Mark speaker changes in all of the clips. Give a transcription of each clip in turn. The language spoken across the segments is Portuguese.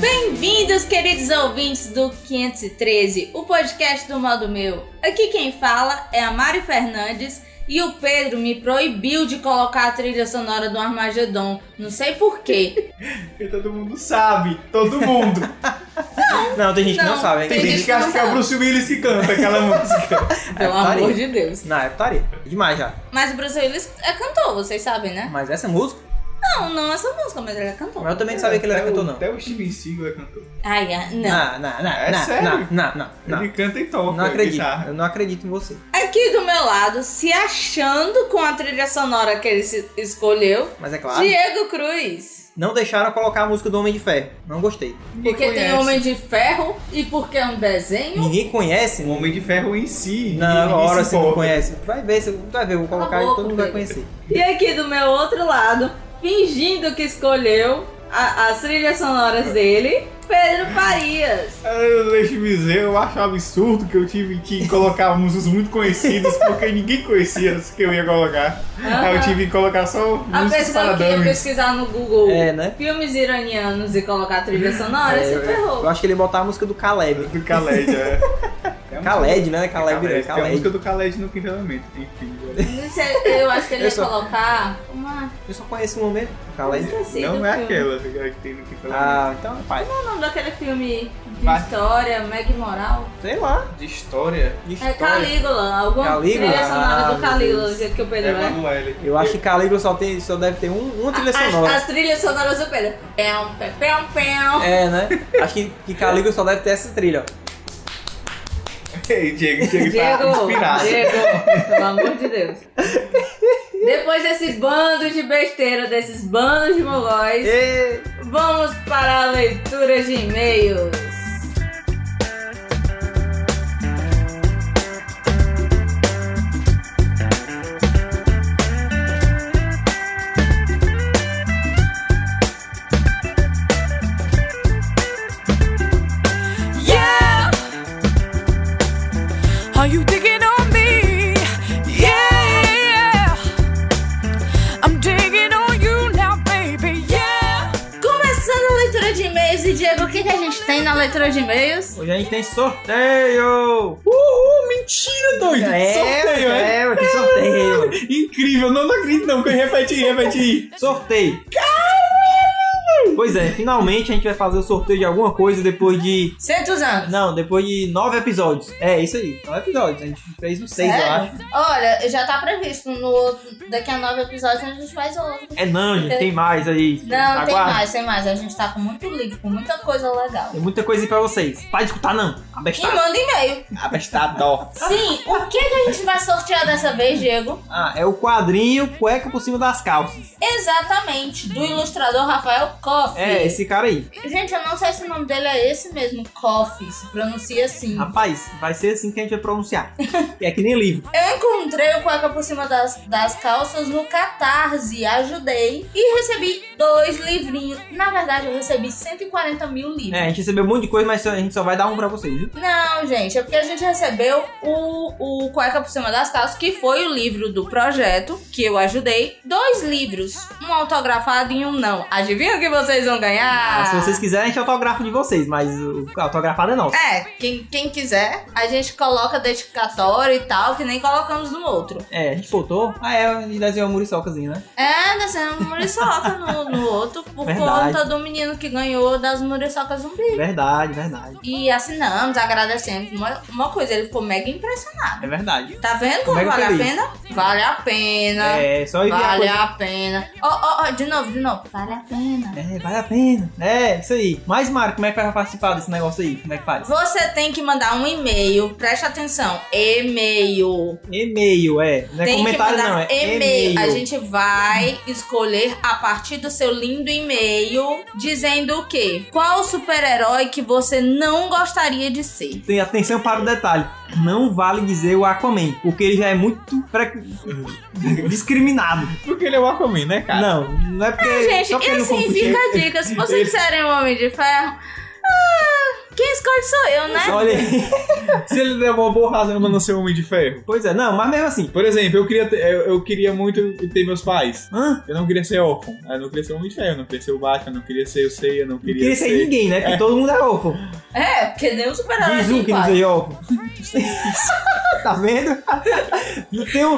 Speaker 1: Bem-vindos, queridos ouvintes do 513, o podcast do modo meu. Aqui quem fala é a Mari Fernandes e o Pedro me proibiu de colocar a trilha sonora do Armagedon. Não sei porquê.
Speaker 2: Porque todo mundo sabe, todo mundo.
Speaker 3: Não, tem gente que
Speaker 1: Não,
Speaker 3: não sabe, hein?
Speaker 2: Tem gente que acha que é o Bruce Willis que canta aquela música.
Speaker 1: Pelo amor de Deus.
Speaker 3: Não, é putaria. Demais já.
Speaker 1: Mas o Bruce Willis é cantor, vocês sabem, né?
Speaker 3: Mas essa é música,
Speaker 1: Não, não essa música, mas ele é cantor.
Speaker 3: mas eu também não sabia que ele era
Speaker 2: Até o-
Speaker 3: cantor, não.
Speaker 2: Até o Steven Seagal é cantor.
Speaker 1: Ai, ah, não.
Speaker 3: Não, não, não,
Speaker 2: É sério?
Speaker 3: não, não, não, não,
Speaker 2: Ele
Speaker 3: não.
Speaker 2: canta e toca.
Speaker 3: Não acredito,
Speaker 2: guitarra.
Speaker 3: eu não acredito em você.
Speaker 1: Aqui do meu lado, se achando com a trilha sonora que ele se- escolheu,
Speaker 3: Mas é claro,
Speaker 1: Diego Cruz.
Speaker 3: não deixaram colocar a música do Homem de Ferro. Não gostei.
Speaker 2: Ninguém
Speaker 1: Porque tem
Speaker 3: um
Speaker 2: conhece.
Speaker 1: Homem de Ferro e porque é um desenho.
Speaker 3: Ninguém conhece?
Speaker 2: O Um Homem de Ferro em si.
Speaker 3: Não,
Speaker 2: ninguém
Speaker 3: hora
Speaker 2: se
Speaker 3: você não
Speaker 2: importa.
Speaker 3: conhece. Vai ver, você vai ver, eu vou
Speaker 1: Cala a
Speaker 3: colocar e
Speaker 1: boca,
Speaker 3: todo mundo vai
Speaker 1: Pedro.
Speaker 3: conhecer.
Speaker 1: E aqui do meu outro lado, fingindo que escolheu a- as trilhas sonoras dele, Pedro Farias.
Speaker 2: Ah, Eu deixo me dizer, eu acho absurdo que eu tive que colocar músicas muito conhecidas porque ninguém conhecia as que eu ia colocar. Aí eu tive que colocar só
Speaker 1: A
Speaker 2: músicas para
Speaker 1: pessoa que ia
Speaker 2: dummies.
Speaker 1: pesquisar no Google
Speaker 3: É, né?
Speaker 1: filmes iranianos e colocar trilha sonora
Speaker 3: É,
Speaker 1: se
Speaker 3: eu,
Speaker 1: ferrou.
Speaker 3: eu acho que ele ia botar a música do Caleb.
Speaker 2: Do Khaled, é. Tem a música-
Speaker 3: Khaled, né? Khaled,
Speaker 2: Khaled,
Speaker 3: é
Speaker 2: Tem a música
Speaker 3: Khaled.
Speaker 2: do Khaled no quinto elemento. Enfim, né? velho.
Speaker 1: Não sei, é, Eu acho que ele
Speaker 3: Eu
Speaker 1: ia
Speaker 3: só-
Speaker 1: colocar uma.
Speaker 3: Eu só conheço um mesmo, Khaled.
Speaker 1: Esqueci
Speaker 2: não
Speaker 1: do
Speaker 2: é
Speaker 1: filme.
Speaker 2: aquela que tem no quinto elemento.
Speaker 3: Ah, então, pai,
Speaker 1: Qual é o nome daquele filme de
Speaker 2: Vai.
Speaker 1: história, Meg Moral?
Speaker 3: sei lá.
Speaker 2: De história,
Speaker 3: de
Speaker 1: É
Speaker 3: história.
Speaker 1: Calígula, alguma
Speaker 3: Calígula?
Speaker 1: trilha sonora
Speaker 3: Ah,
Speaker 1: do
Speaker 3: meu
Speaker 1: Calígula, do
Speaker 3: Deus.
Speaker 1: jeito que o Pedro é.
Speaker 2: Emanuele.
Speaker 3: Eu acho que Calígula só, tem, só deve ter um, uma trilha
Speaker 1: As,
Speaker 3: sonora.
Speaker 1: as trilhas sonoras do Pedro. É um pé, pé, um pé.
Speaker 3: É, né? Acho que, que Calígula só deve ter essa trilha, ó.
Speaker 2: Ei, Diego, Diego, tá
Speaker 1: Diego,
Speaker 2: inspirado.
Speaker 1: Diego, pelo amor de Deus. Depois desses bandos de besteira, desses bandos de mogóis,
Speaker 3: Ê,
Speaker 1: vamos para a leitura de e-mails.
Speaker 4: Yeah. Are you digging on me? Yeah. I'm digging on you now, baby. Yeah.
Speaker 1: Começando a leitura de e-mails, e Diego, o que, que a gente tem na leitura de e-mails?
Speaker 3: Hoje a gente tem sorteio!
Speaker 2: Uhul, mentira, doido.
Speaker 3: É,
Speaker 2: Sorteio, é?
Speaker 3: é, é, tem sorteio. mano.
Speaker 2: Incrível, não não acredito não. Repete aí, repete aí.
Speaker 3: Sorteio! Pois é, finalmente a gente vai fazer o sorteio de alguma coisa depois de.
Speaker 1: Centos anos.
Speaker 3: Não, depois de nove episódios. É, isso aí, nove episódios. A gente fez uns seis, eu acho.
Speaker 1: Olha, já tá previsto no outro, daqui a nove episódios a gente faz outro.
Speaker 3: É não, gente, tem mais aí.
Speaker 1: Não,
Speaker 3: Aguarde.
Speaker 1: tem mais, tem mais. A gente tá com muito livro, com muita coisa legal.
Speaker 3: Tem muita coisa aí pra vocês. Para de escutar, não.
Speaker 1: E
Speaker 3: Abestado.
Speaker 1: manda e-mail.
Speaker 2: Abestadó.
Speaker 1: Sim, o que, que a gente vai sortear dessa vez, Diego?
Speaker 3: Ah, é o quadrinho cueca por cima das calças.
Speaker 1: Exatamente, do ilustrador Rafael Coffey.
Speaker 3: É, esse cara aí.
Speaker 1: Gente, eu não sei se o nome dele é esse mesmo, Coffey, se pronuncia assim.
Speaker 3: Rapaz, vai ser assim que a gente vai pronunciar. É que nem livro.
Speaker 1: Eu encontrei o cueca por cima das, das calças no Catarse, ajudei e recebi dois livrinhos. Na verdade, eu recebi 140 mil livros.
Speaker 3: É, a gente recebeu um monte de coisa, mas a gente só vai dar um pra vocês, viu?
Speaker 1: Não, gente, é porque a gente recebeu o, o Cueca por Cima das Calças, que foi o livro do projeto que eu ajudei. Dois livros, um autografado e um não. Adivinha o que vocês vão ganhar?
Speaker 3: Ah, se vocês quiserem, a gente autografa de vocês, mas o o autografado é nosso.
Speaker 1: É, quem, quem quiser, a gente coloca dedicatório e tal, que nem colocamos no outro.
Speaker 3: É, a gente botou. Ah, é, a gente desenhou a muriçocazinha, né?
Speaker 1: É, descendo muriçoca no, no outro, por
Speaker 3: Verdade.
Speaker 1: conta do menino que ganhou das muriçocas zumbi.
Speaker 3: Verdade, verdade.
Speaker 1: E assinamos, agradecemos. Uma, uma coisa, ele ficou mega impressionado.
Speaker 3: É verdade.
Speaker 1: Tá vendo como
Speaker 3: Mega
Speaker 1: vale a
Speaker 3: feliz.
Speaker 1: pena? Vale a pena.
Speaker 3: É, só enviar
Speaker 1: Vale
Speaker 3: coisa.
Speaker 1: a pena. Ó, ó, ó, de novo, de novo. Vale a pena.
Speaker 3: É, vale a pena. É, isso aí. Mas, Mário, como é que vai participar desse negócio aí? Como é que faz?
Speaker 1: Você tem que mandar um e-mail, preste atenção, e-mail.
Speaker 3: E-mail, é. Não é
Speaker 1: tem
Speaker 3: comentário,
Speaker 1: que mandar
Speaker 3: não. É
Speaker 1: e-mail. A gente vai escolher a partir do seu lindo e-mail dizendo o quê? Qual super-herói que você não gostaria de ser?
Speaker 3: Tem atenção para o detalhe. Não vale dizer o Aquaman, porque ele já é muito pre- discriminado.
Speaker 2: Porque ele é o Aquaman, né, cara?
Speaker 3: Não, não é porque.
Speaker 1: Gente,
Speaker 3: só porque
Speaker 1: e
Speaker 3: ele não
Speaker 1: assim
Speaker 3: confundiu.
Speaker 1: um fica a dica. Se vocês disserem o Homem de Ferro. ah, Quem escolhe sou eu, né?
Speaker 3: Olha aí.
Speaker 2: Se ele der uma boa razão pra não ser um homem de ferro.
Speaker 3: Pois é, não, mas mesmo assim.
Speaker 2: Por exemplo, eu queria, ter- eu, eu queria muito ter meus pais.
Speaker 3: Hã?
Speaker 2: Eu não queria ser órfão. né? Eu não queria ser homem de ferro. Eu não queria ser o Batman. Eu não queria ser o Seiya. Eu não
Speaker 3: Não
Speaker 2: queria,
Speaker 3: queria ser ninguém, né? Porque todo mundo é órfão.
Speaker 1: É, porque nem um super-herói
Speaker 3: Diz um
Speaker 1: tem
Speaker 3: que não
Speaker 1: pai.
Speaker 3: seja órfão. tá vendo? Não tem um...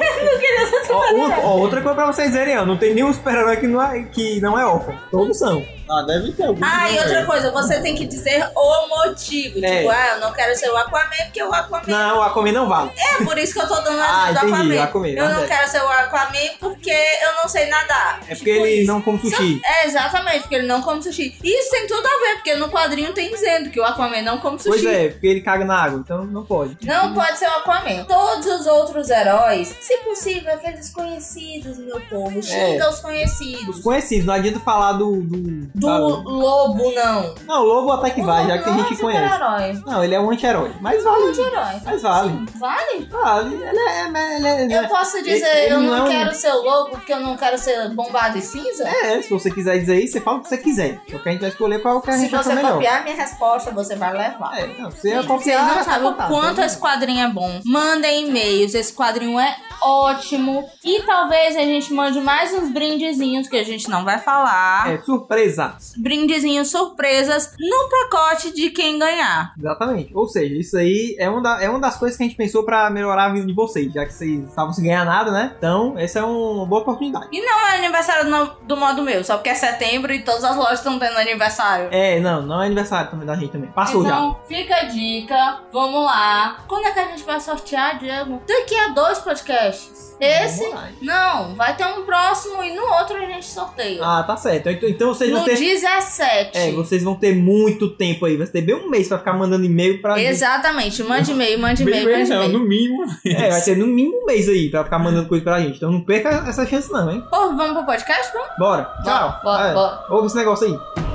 Speaker 3: Ó, outra- ó, outra coisa pra vocês verem, ó. Não tem nenhum super-herói que, não é- que não é órfão. Todos são.
Speaker 2: Ah, deve ter algum.
Speaker 1: Ah, e outra coisa, você tem que dizer o motivo.
Speaker 3: É.
Speaker 1: Tipo, ah, eu não quero ser o Aquaman porque o Aquaman.
Speaker 3: Não, a comer não vale.
Speaker 1: É por isso que eu tô dando
Speaker 3: Ah,
Speaker 1: a do
Speaker 3: entendi,
Speaker 1: Aquaman.
Speaker 3: Aquaman,
Speaker 1: Eu não
Speaker 3: verdade.
Speaker 1: quero ser o Aquaman porque eu não sei nadar.
Speaker 3: É porque ele não come
Speaker 1: Se eu-
Speaker 3: sushi.
Speaker 1: É, exatamente, porque ele não come sushi. E Isso tem tudo a ver, porque no quadrinho tem dizendo que o Aquaman não come sushi.
Speaker 3: Pois é, porque ele caga na água, então não pode.
Speaker 1: Não pode ser o Aquaman. Todos os outros heróis, se possível, aqueles conhecidos, meu povo. Xinga os
Speaker 3: É. Os
Speaker 1: conhecidos.
Speaker 3: conhecidos, não adianta falar do. Do.
Speaker 1: Do
Speaker 3: da-
Speaker 1: lobo, não.
Speaker 3: Não, o lobo até que
Speaker 1: O
Speaker 3: vai,
Speaker 1: lobo
Speaker 3: já que tem
Speaker 1: não
Speaker 3: gente
Speaker 1: é
Speaker 3: que conhece.
Speaker 1: super-herói.
Speaker 3: Não, ele é um anti-herói. Mas vale.
Speaker 1: Anti-herói.
Speaker 3: Mas vale.
Speaker 1: Vale?
Speaker 3: Vale. Ele é. Ele é, ele
Speaker 1: Eu
Speaker 3: é,
Speaker 1: posso dizer,
Speaker 3: Ele
Speaker 1: eu
Speaker 3: não é
Speaker 1: não
Speaker 3: um-
Speaker 1: quero ser o lobo porque eu não quero ser bombado e cinza?
Speaker 3: é, se você quiser dizer isso, você fala o que você quiser. Só que a gente vai escolher qual que a
Speaker 1: Se
Speaker 3: gente acha
Speaker 1: você
Speaker 3: melhor.
Speaker 1: copiar minha resposta, você vai levar.
Speaker 3: É, não, se eu
Speaker 1: Vocês
Speaker 3: copiar.
Speaker 1: não
Speaker 3: vai
Speaker 1: sabem o
Speaker 3: contar,
Speaker 1: tipo, quanto
Speaker 3: tá
Speaker 1: esse quadrinho é bom. Mandem e-mails, esse quadrinho é ótimo. E talvez a gente mande mais uns brindezinhos que a gente não vai falar.
Speaker 3: É, surpresa.
Speaker 1: Brindezinhos surpresas no pacote de quem ganhar.
Speaker 3: Exatamente. Ou seja, isso aí é uma, da- é uma das coisas que a gente pensou pra melhorar a vida de vocês, já que vocês estavam sem ganhar nada, né? Então, essa é uma boa oportunidade.
Speaker 1: E não é aniversário do, no- do modo meu, só porque é setembro e todas as lojas estão tendo aniversário.
Speaker 3: É, não, não é aniversário também da gente também. Passou já.
Speaker 1: então, fica a dica, vamos lá. Quando é que a gente vai sortear, Diego? Daqui a dois podcasts. Esse, não, vai ter um próximo e no outro a gente sorteia.
Speaker 3: Ah, tá certo. Então, então vocês
Speaker 1: no
Speaker 3: vão ter.
Speaker 1: 17.
Speaker 3: É, vocês vão ter muito tempo aí. Vai ter bem um mês pra ficar mandando e-mail pra.
Speaker 1: Exatamente, mande e-mail, mande
Speaker 2: Bem,
Speaker 1: e-mail,
Speaker 2: bem,
Speaker 3: né?
Speaker 1: mande
Speaker 2: não,
Speaker 1: e-mail.
Speaker 2: no mínimo.
Speaker 3: É, vai ter no mínimo um mês aí pra ficar mandando coisa pra gente. Então não perca essa chance, não, hein?
Speaker 1: Pô, vamos pro podcast? Vamos?
Speaker 3: Bora. Tchau.
Speaker 1: bora,
Speaker 3: É,
Speaker 1: bora.
Speaker 3: Ouve esse negócio aí.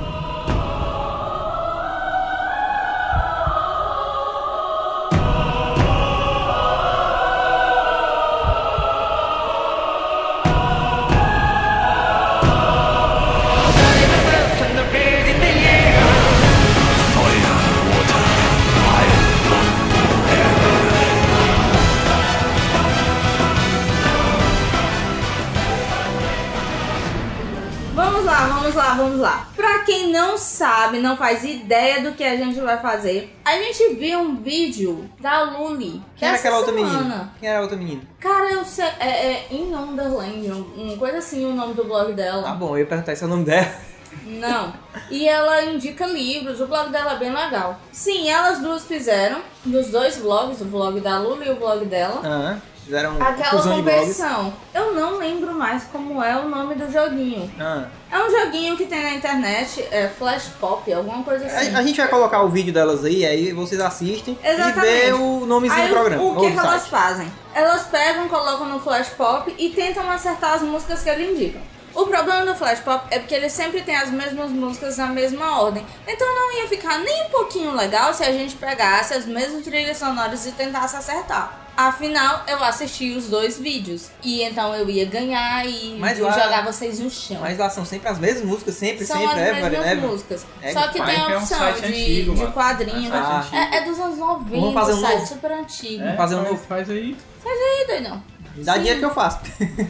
Speaker 1: Vamos lá, vamos lá, vamos lá. Pra quem não sabe, não faz ideia do que a gente vai fazer, a gente viu um vídeo da Luli.
Speaker 3: Quem era
Speaker 1: dessa
Speaker 3: aquela outra
Speaker 1: semana.
Speaker 3: menina? Quem era a outra menina?
Speaker 1: Cara, eu sei. É, é In Underland, um, um coisa assim o nome do blog
Speaker 3: Ah,
Speaker 1: dela.
Speaker 3: bom, eu ia perguntar esse é o nome dela.
Speaker 1: Não. E ela indica livros, o blog dela é bem legal. Sim, elas duas fizeram, dos dois blogs, o blog da Lula e o blog dela.
Speaker 3: Ah, fizeram uma
Speaker 1: Aquela
Speaker 3: confusão de blogs.
Speaker 1: competição. Eu não lembro mais como é o nome do joguinho.
Speaker 3: Ah.
Speaker 1: É um joguinho que tem na internet, é Flash Pop, alguma coisa assim.
Speaker 3: A, a gente vai colocar o vídeo delas aí, aí vocês assistem
Speaker 1: Exatamente.
Speaker 3: e vê o nomezinho
Speaker 1: Aí,
Speaker 3: do programa.
Speaker 1: o que,
Speaker 3: ou
Speaker 1: que
Speaker 3: do site.
Speaker 1: elas fazem? Elas pegam, colocam no flash pop e tentam acertar as músicas que ele indica. O problema do flash pop é porque ele sempre tem as mesmas músicas na mesma ordem. Então não ia ficar nem um pouquinho legal se a gente pegasse as mesmas trilhas sonoras e tentasse acertar. Afinal, eu assisti os dois vídeos. E então eu ia ganhar e
Speaker 3: Mas
Speaker 1: ia
Speaker 3: lá-
Speaker 1: jogar vocês no chão.
Speaker 3: Mas lá são sempre as mesmas músicas, sempre,
Speaker 1: São
Speaker 3: sempre,
Speaker 1: as
Speaker 3: Ever,
Speaker 1: mesmas
Speaker 3: Ever.
Speaker 1: músicas.
Speaker 3: É,
Speaker 1: Só que tem
Speaker 2: Pai,
Speaker 1: a
Speaker 2: é um
Speaker 1: opção
Speaker 2: site
Speaker 1: de,
Speaker 2: antigo,
Speaker 1: de
Speaker 2: mano.
Speaker 1: quadrinho.
Speaker 2: É um
Speaker 3: Ah.
Speaker 2: site antigo.
Speaker 1: É, é dos anos 90,
Speaker 3: Vamos fazer um
Speaker 1: site
Speaker 3: novo?
Speaker 1: super antigo.
Speaker 2: É,
Speaker 3: fazer um
Speaker 2: faz-
Speaker 3: novo.
Speaker 2: Faz aí.
Speaker 1: Ih, doidão.
Speaker 3: Me Dá dinheiro que eu faço.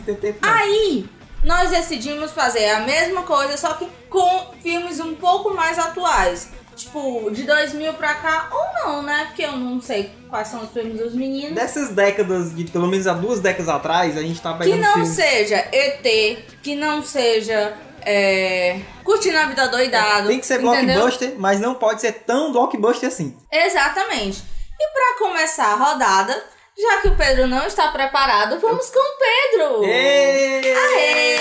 Speaker 3: Tem tempo não.
Speaker 1: Aí, nós decidimos fazer a mesma coisa, só que com filmes um pouco mais atuais. Tipo, de 2000 pra cá, ou não, né? Porque eu não sei quais são os filmes dos meninos.
Speaker 3: Dessas décadas, de pelo menos há duas décadas atrás, a gente tá
Speaker 1: Que
Speaker 3: pegando
Speaker 1: não
Speaker 3: filme.
Speaker 1: seja ET, que não seja é, Curtindo a Vida Doidado.
Speaker 3: É, Tem que ser
Speaker 1: entendeu?
Speaker 3: blockbuster, mas não pode ser tão blockbuster assim.
Speaker 1: Exatamente. E pra começar a rodada, já que o Pedro não está preparado, vamos com o Pedro!
Speaker 3: Ê!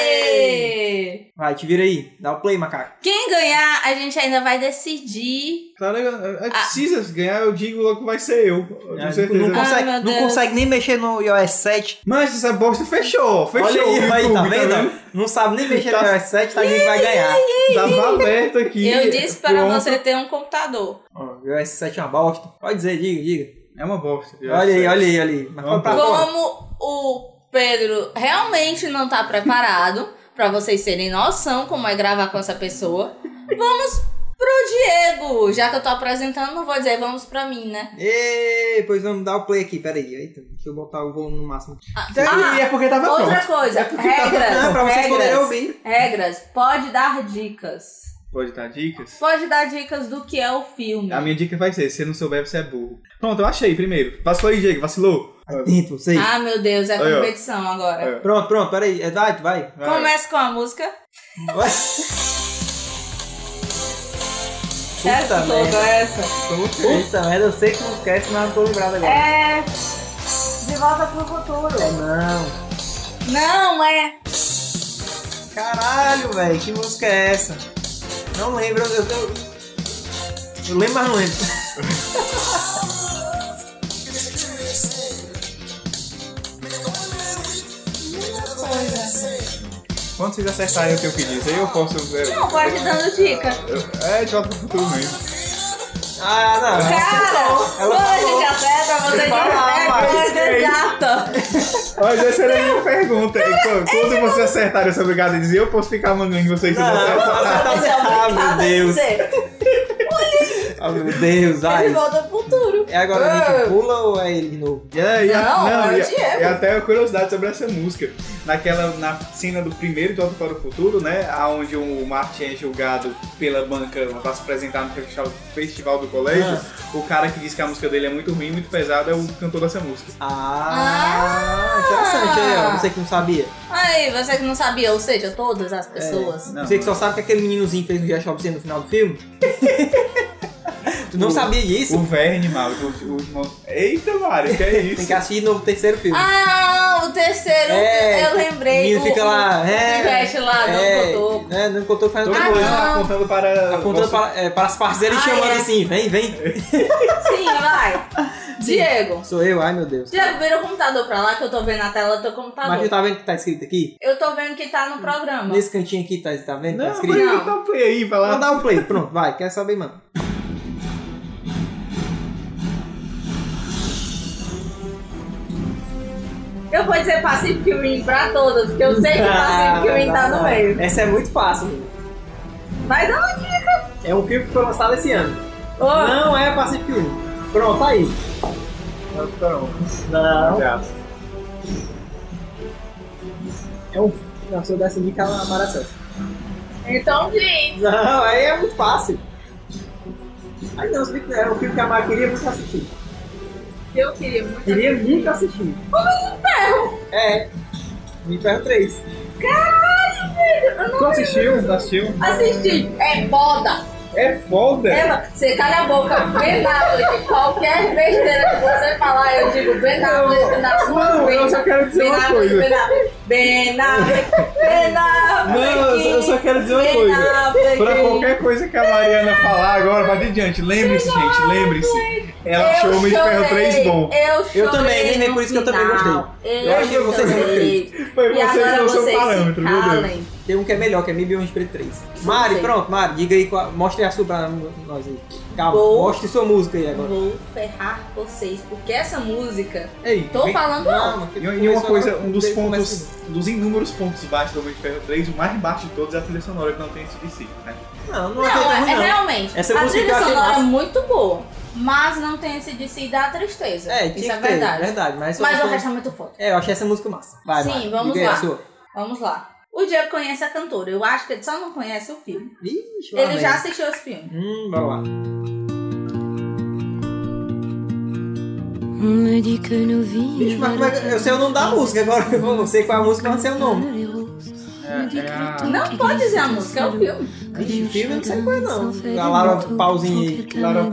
Speaker 1: Oh. Aê!
Speaker 3: Vai, te vira aí. Dá o play, macaco.
Speaker 1: Quem ganhar, a gente ainda vai decidir
Speaker 2: Cara, é- é- precisa ganhar, eu digo logo que vai ser eu. Com
Speaker 3: Ah,
Speaker 2: certeza.
Speaker 3: Não, consegue,
Speaker 1: Ai, meu
Speaker 3: não
Speaker 1: Deus.
Speaker 3: consegue nem mexer no iOS 7.
Speaker 2: Mas essa bosta fechou. Fechou.
Speaker 3: Olha
Speaker 2: o
Speaker 3: aí,
Speaker 2: YouTube,
Speaker 3: aí, tá
Speaker 2: tá vendo?
Speaker 3: vendo? Não sabe nem mexer no
Speaker 2: Tá-
Speaker 3: iOS 7, tá vendo que vai ganhar.
Speaker 2: Tava Tá aberto aqui.
Speaker 1: Eu disse para
Speaker 2: Pronto.
Speaker 1: você ter um computador.
Speaker 3: Ó, o iOS 7 é uma bosta. Pode dizer, diga, diga.
Speaker 2: É uma bosta. eu
Speaker 3: Olha aí,
Speaker 2: sei.
Speaker 3: olha aí, olha aí. Mas
Speaker 2: Vamos
Speaker 3: pra
Speaker 2: pro-
Speaker 3: fora.
Speaker 1: Como o Pedro realmente não tá preparado, para vocês terem noção como é gravar com essa pessoa, vamos pro Diego. Já que eu tô apresentando, não vou dizer vamos pra mim, né?
Speaker 3: Ê, pois vamos dar o play aqui, peraí. Eita, deixa eu botar o volume no máximo.
Speaker 1: Ah,
Speaker 5: e é porque tava pronto.
Speaker 1: Outra coisa,
Speaker 5: É porque tava-
Speaker 1: regras.
Speaker 3: Não, tá né? pra vocês
Speaker 1: regras,
Speaker 3: poderem ouvir.
Speaker 1: Regras, pode dar dicas.
Speaker 2: Pode dar dicas?
Speaker 1: Pode dar dicas do que é o filme.
Speaker 2: A minha dica vai ser, se você não souber, você é burro. Pronto, eu achei primeiro. Vacilou aí, Diego, vacilou.
Speaker 3: Dentro, vocês.
Speaker 1: Ah, meu Deus, é
Speaker 2: Aí, ó.
Speaker 1: competição agora.
Speaker 2: É.
Speaker 3: Pronto, pronto, peraí. É, vai, tu vai.
Speaker 2: Vai.
Speaker 1: Começa com a música.
Speaker 3: Vai.
Speaker 1: Essa
Speaker 3: merda.
Speaker 1: toda, É, essa.
Speaker 3: Puta merda, eu sei que não esquece, mas não tô lembrado agora.
Speaker 1: É. De volta pro futuro.
Speaker 3: Não.
Speaker 1: Não, é.
Speaker 3: Caralho, velho, que música é essa? Não lembro, eu, eu, eu lembro, mas não lembro.
Speaker 2: Quando vocês acertarem o que eu pedi, aí eu posso... Eu,
Speaker 1: Não, pode ir dando dica.
Speaker 2: eu- é, de volta pro futuro mesmo.
Speaker 3: Ah, não.
Speaker 1: Cara,
Speaker 3: Ela
Speaker 1: hoje de até pra você
Speaker 3: Vai lá,
Speaker 1: dizer
Speaker 3: mas
Speaker 1: coisa
Speaker 2: é isso.
Speaker 1: exata.
Speaker 2: Mas essa era a minha pergunta. Então, quando vocês acertarem, eu sou obrigado a dizer, eu posso ficar mandando em vocês se
Speaker 3: Não,
Speaker 2: vocês
Speaker 3: não,
Speaker 2: acertarem.
Speaker 3: você tá
Speaker 1: Você é
Speaker 3: errado, meu
Speaker 1: obrigada a
Speaker 3: Deus.
Speaker 1: dizer.
Speaker 3: Ah, meu Deus, vai.
Speaker 1: De volta pro futuro.
Speaker 3: É agora a
Speaker 1: Ah.
Speaker 3: gente pula ou é ele de novo?
Speaker 2: E aí,
Speaker 1: Não, é o
Speaker 2: e,
Speaker 1: Diego.
Speaker 2: e até curiosidade sobre essa música. Naquela, na cena do primeiro de Volta para o Futuro, né? Onde o Martin é julgado pela banca para se apresentar no festival, festival do colégio.
Speaker 1: Ah.
Speaker 2: O cara que diz que a música dele é muito ruim, muito pesada, é o cantor dessa música.
Speaker 3: Ah, interessante aí, ó. Você que não sabia.
Speaker 1: Aí, você que não sabia, ou seja, todas
Speaker 3: É.
Speaker 1: as pessoas.
Speaker 2: Não,
Speaker 3: Você que só sabe que aquele meninozinho fez no Dia Shop no final do filme. tu não
Speaker 2: O-
Speaker 3: sabia disso?
Speaker 2: O Verne, mal. O, o, irmão- Eita, Mário, que é
Speaker 3: Tem
Speaker 2: isso?
Speaker 3: que assistir de novo o terceiro filme.
Speaker 1: Ah, o terceiro,
Speaker 3: É,
Speaker 1: eu lembrei.
Speaker 3: menino
Speaker 1: o-
Speaker 3: fica lá,
Speaker 1: o-
Speaker 3: é,
Speaker 1: O pivete lá,
Speaker 3: é,
Speaker 1: não cotoco.
Speaker 3: né, não contou que faz
Speaker 2: Todo
Speaker 1: Ah,
Speaker 3: outra
Speaker 2: mundo
Speaker 1: não.
Speaker 3: coisa.
Speaker 2: apontando para.
Speaker 3: Apontando
Speaker 2: você-
Speaker 3: para, é, para as partes dele
Speaker 1: Ah,
Speaker 3: chamando
Speaker 1: é.
Speaker 3: assim, vem, vem.
Speaker 1: Sim, vai. Diego.
Speaker 3: Sou eu, ai meu Deus.
Speaker 1: Diego, vira o computador pra lá que eu tô vendo na tela do teu computador.
Speaker 3: Mas tu tá vendo o que tá escrito aqui?
Speaker 1: Eu tô vendo que tá no programa.
Speaker 3: Nesse cantinho aqui, tá, tá vendo? o que tá
Speaker 2: Não,
Speaker 3: escrito.
Speaker 2: mas eu tô play aí, vai
Speaker 3: Vamos
Speaker 2: lá.
Speaker 3: dar um play, pronto, vai, quer saber, mano.
Speaker 1: Eu vou dizer Pacific Rim pra todas, porque eu sei que
Speaker 3: Ah,
Speaker 1: Pacific Rim tá no
Speaker 3: não,
Speaker 1: meio.
Speaker 3: Essa é muito fácil. mano.
Speaker 1: Vai dando uma dica.
Speaker 3: É um filme que foi lançado esse ano.
Speaker 1: Ô,
Speaker 3: Não é Pacific Rim. Pronto, tá aí. Não. É um Não, se eu desse dica, ela apareceu.
Speaker 1: Então diz.
Speaker 3: Não, aí é muito fácil. Aí não, se bem que é um filme que a Mari queria muito assistir.
Speaker 1: Eu queria muito.
Speaker 3: Queria muito assistir.
Speaker 1: Homem de Ferro.
Speaker 3: É. Me ferro 3.
Speaker 1: Caralho, velho. Eu
Speaker 2: Tu
Speaker 1: não
Speaker 2: assistiu? Tu assistiu?
Speaker 1: assisti. É foda.
Speaker 2: É foda!
Speaker 1: Ela, você cala a boca. Ben Affleck. Qualquer besteira que você falar, eu digo Ben Affleck, Ben Affleck.
Speaker 2: Não,
Speaker 1: Ben
Speaker 2: eu só quero dizer uma
Speaker 1: Affleck,
Speaker 2: coisa.
Speaker 1: Ben Affleck, Ben Affleck, Ben Affleck.
Speaker 2: Não, eu só- eu só quero dizer uma
Speaker 1: Ben
Speaker 2: coisa.
Speaker 1: Affleck.
Speaker 2: Pra qualquer coisa que a Mariana falar agora, vai adiante. Lembre-se, gente, lembre-se. Ela
Speaker 1: Eu
Speaker 2: achou o Homem de Ferro
Speaker 1: chorei,
Speaker 2: 3 bom.
Speaker 1: Eu, chorei
Speaker 3: também, nem- nem
Speaker 1: no
Speaker 3: por isso que eu também
Speaker 1: final.
Speaker 3: gostei.
Speaker 1: Eu,
Speaker 3: Eu acho que vocês não
Speaker 1: chorei.
Speaker 2: Foi
Speaker 1: E
Speaker 2: vocês
Speaker 1: agora
Speaker 2: que não são
Speaker 1: vocês se
Speaker 2: parâmetro, meu Deus.
Speaker 1: calem.
Speaker 3: Tem um que é melhor, que é Mil Espírito 3. Mari,
Speaker 1: sei.
Speaker 3: pronto, Mari, diga aí, qual- mostre a sua pra nós aí. Calma,
Speaker 1: Vou.
Speaker 3: mostre sua música aí agora.
Speaker 1: Vou ferrar vocês, porque essa música...
Speaker 2: Ei,
Speaker 1: Tô
Speaker 2: vem-
Speaker 1: falando alto.
Speaker 3: porque
Speaker 2: E, e uma
Speaker 3: começou
Speaker 2: coisa,
Speaker 3: agora,
Speaker 2: um dos
Speaker 3: começa- assim.
Speaker 2: pontos, dos inúmeros pontos baixos do Homem de Ferro 3, o mais baixo de todos é a trilha sonora que não tem esse DC. Né?
Speaker 3: Não, não,
Speaker 1: Não,
Speaker 3: é,
Speaker 1: é,
Speaker 3: ruim, não.
Speaker 1: realmente.
Speaker 3: Essa
Speaker 1: a
Speaker 3: música eu
Speaker 1: trilha
Speaker 3: achei
Speaker 1: sonora é
Speaker 3: massa.
Speaker 1: muito boa, mas não tem esse de se dar tristeza.
Speaker 3: É,
Speaker 1: Isso
Speaker 3: tinha
Speaker 1: é
Speaker 3: que ter,
Speaker 1: verdade.
Speaker 3: verdade, mas... eu
Speaker 1: Mas
Speaker 3: achei-
Speaker 1: o resto é muito foda.
Speaker 3: É, eu achei essa música massa. Vai,
Speaker 1: Sim,
Speaker 3: Mari,
Speaker 1: vamos
Speaker 3: diga aí a
Speaker 1: lá.
Speaker 3: sua.
Speaker 1: Vamos lá. O Diego conhece a cantora. Eu acho que ele só não conhece o filme.
Speaker 3: Ixi, lá
Speaker 1: Ele já
Speaker 3: vem.
Speaker 1: assistiu esse filme.
Speaker 3: Hum, vamos lá.
Speaker 6: On me dit que nos vies.
Speaker 3: Ixi, mas como é que- eu sei o nome da música agora. Eu não sei qual é a música, mas não sei o nome. Ah,
Speaker 1: Não pode dizer a música, é o filme.
Speaker 3: Vixe, filme, não sei qual é não. A Lara Pauzinho aí. Lara...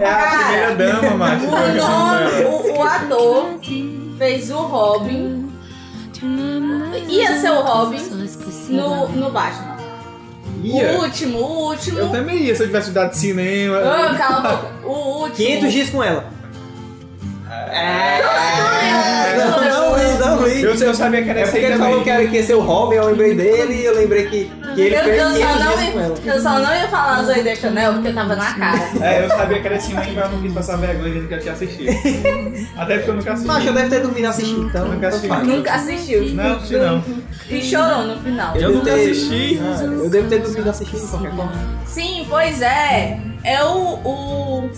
Speaker 2: É a primeira dama, Márcio.
Speaker 1: Ah! O, nome, o, o ator fez o Robin. Ia ser o Robin no, no Batman. O
Speaker 2: Ia.
Speaker 1: último, o último.
Speaker 2: Eu também ia se eu tivesse estudado cinema.
Speaker 1: Ah, cala a boca. O último.
Speaker 3: 500 dias com ela. É...
Speaker 1: Não,
Speaker 3: Não,
Speaker 1: não,
Speaker 3: não, não, não.
Speaker 2: Eu, eu sabia que era
Speaker 3: É
Speaker 2: essa
Speaker 3: porque
Speaker 2: aí
Speaker 3: ele
Speaker 2: também.
Speaker 3: falou que era que ia ser o Robin, eu lembrei dele, eu lembrei que E ele
Speaker 1: Eu,
Speaker 3: fez
Speaker 1: eu só não
Speaker 3: 500 dias com ela.
Speaker 1: ia, eu só não ia falar Zoe Deschanel porque tava na cara.
Speaker 2: É, eu sabia que era assim, mas eu não quis passar vergonha dizendo que eu tinha assistido. Até porque eu nunca assisti.
Speaker 3: Mas eu deve ter dormido assistindo, então.
Speaker 2: Nunca assisti.
Speaker 3: tanto faz.
Speaker 1: Nunca assistiu.
Speaker 2: Não, assisti não.
Speaker 1: E chorou no final.
Speaker 2: Eu nunca
Speaker 3: devo ter-
Speaker 2: assisti.
Speaker 3: Ah, eu devo ter dormido assistindo qualquer coisa.
Speaker 1: Sim, pois é. É o, o-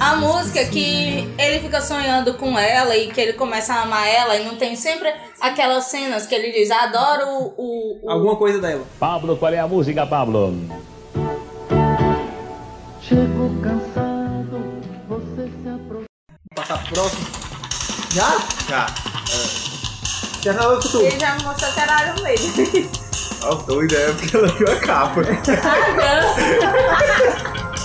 Speaker 1: a música que ele fica sonhando com ela e que ele começa a amar ela e não tem sempre aquelas cenas que ele diz, adoro o, o- o-
Speaker 3: Alguma coisa dela.
Speaker 7: Pablo, qual é a música, Pablo?
Speaker 3: Passar pro próximo. Já?
Speaker 2: Já.
Speaker 3: Terminal do futuro.
Speaker 1: Ele já me mostrou que era Iron Maiden.
Speaker 2: Ó, doida, é porque ela viu a capa.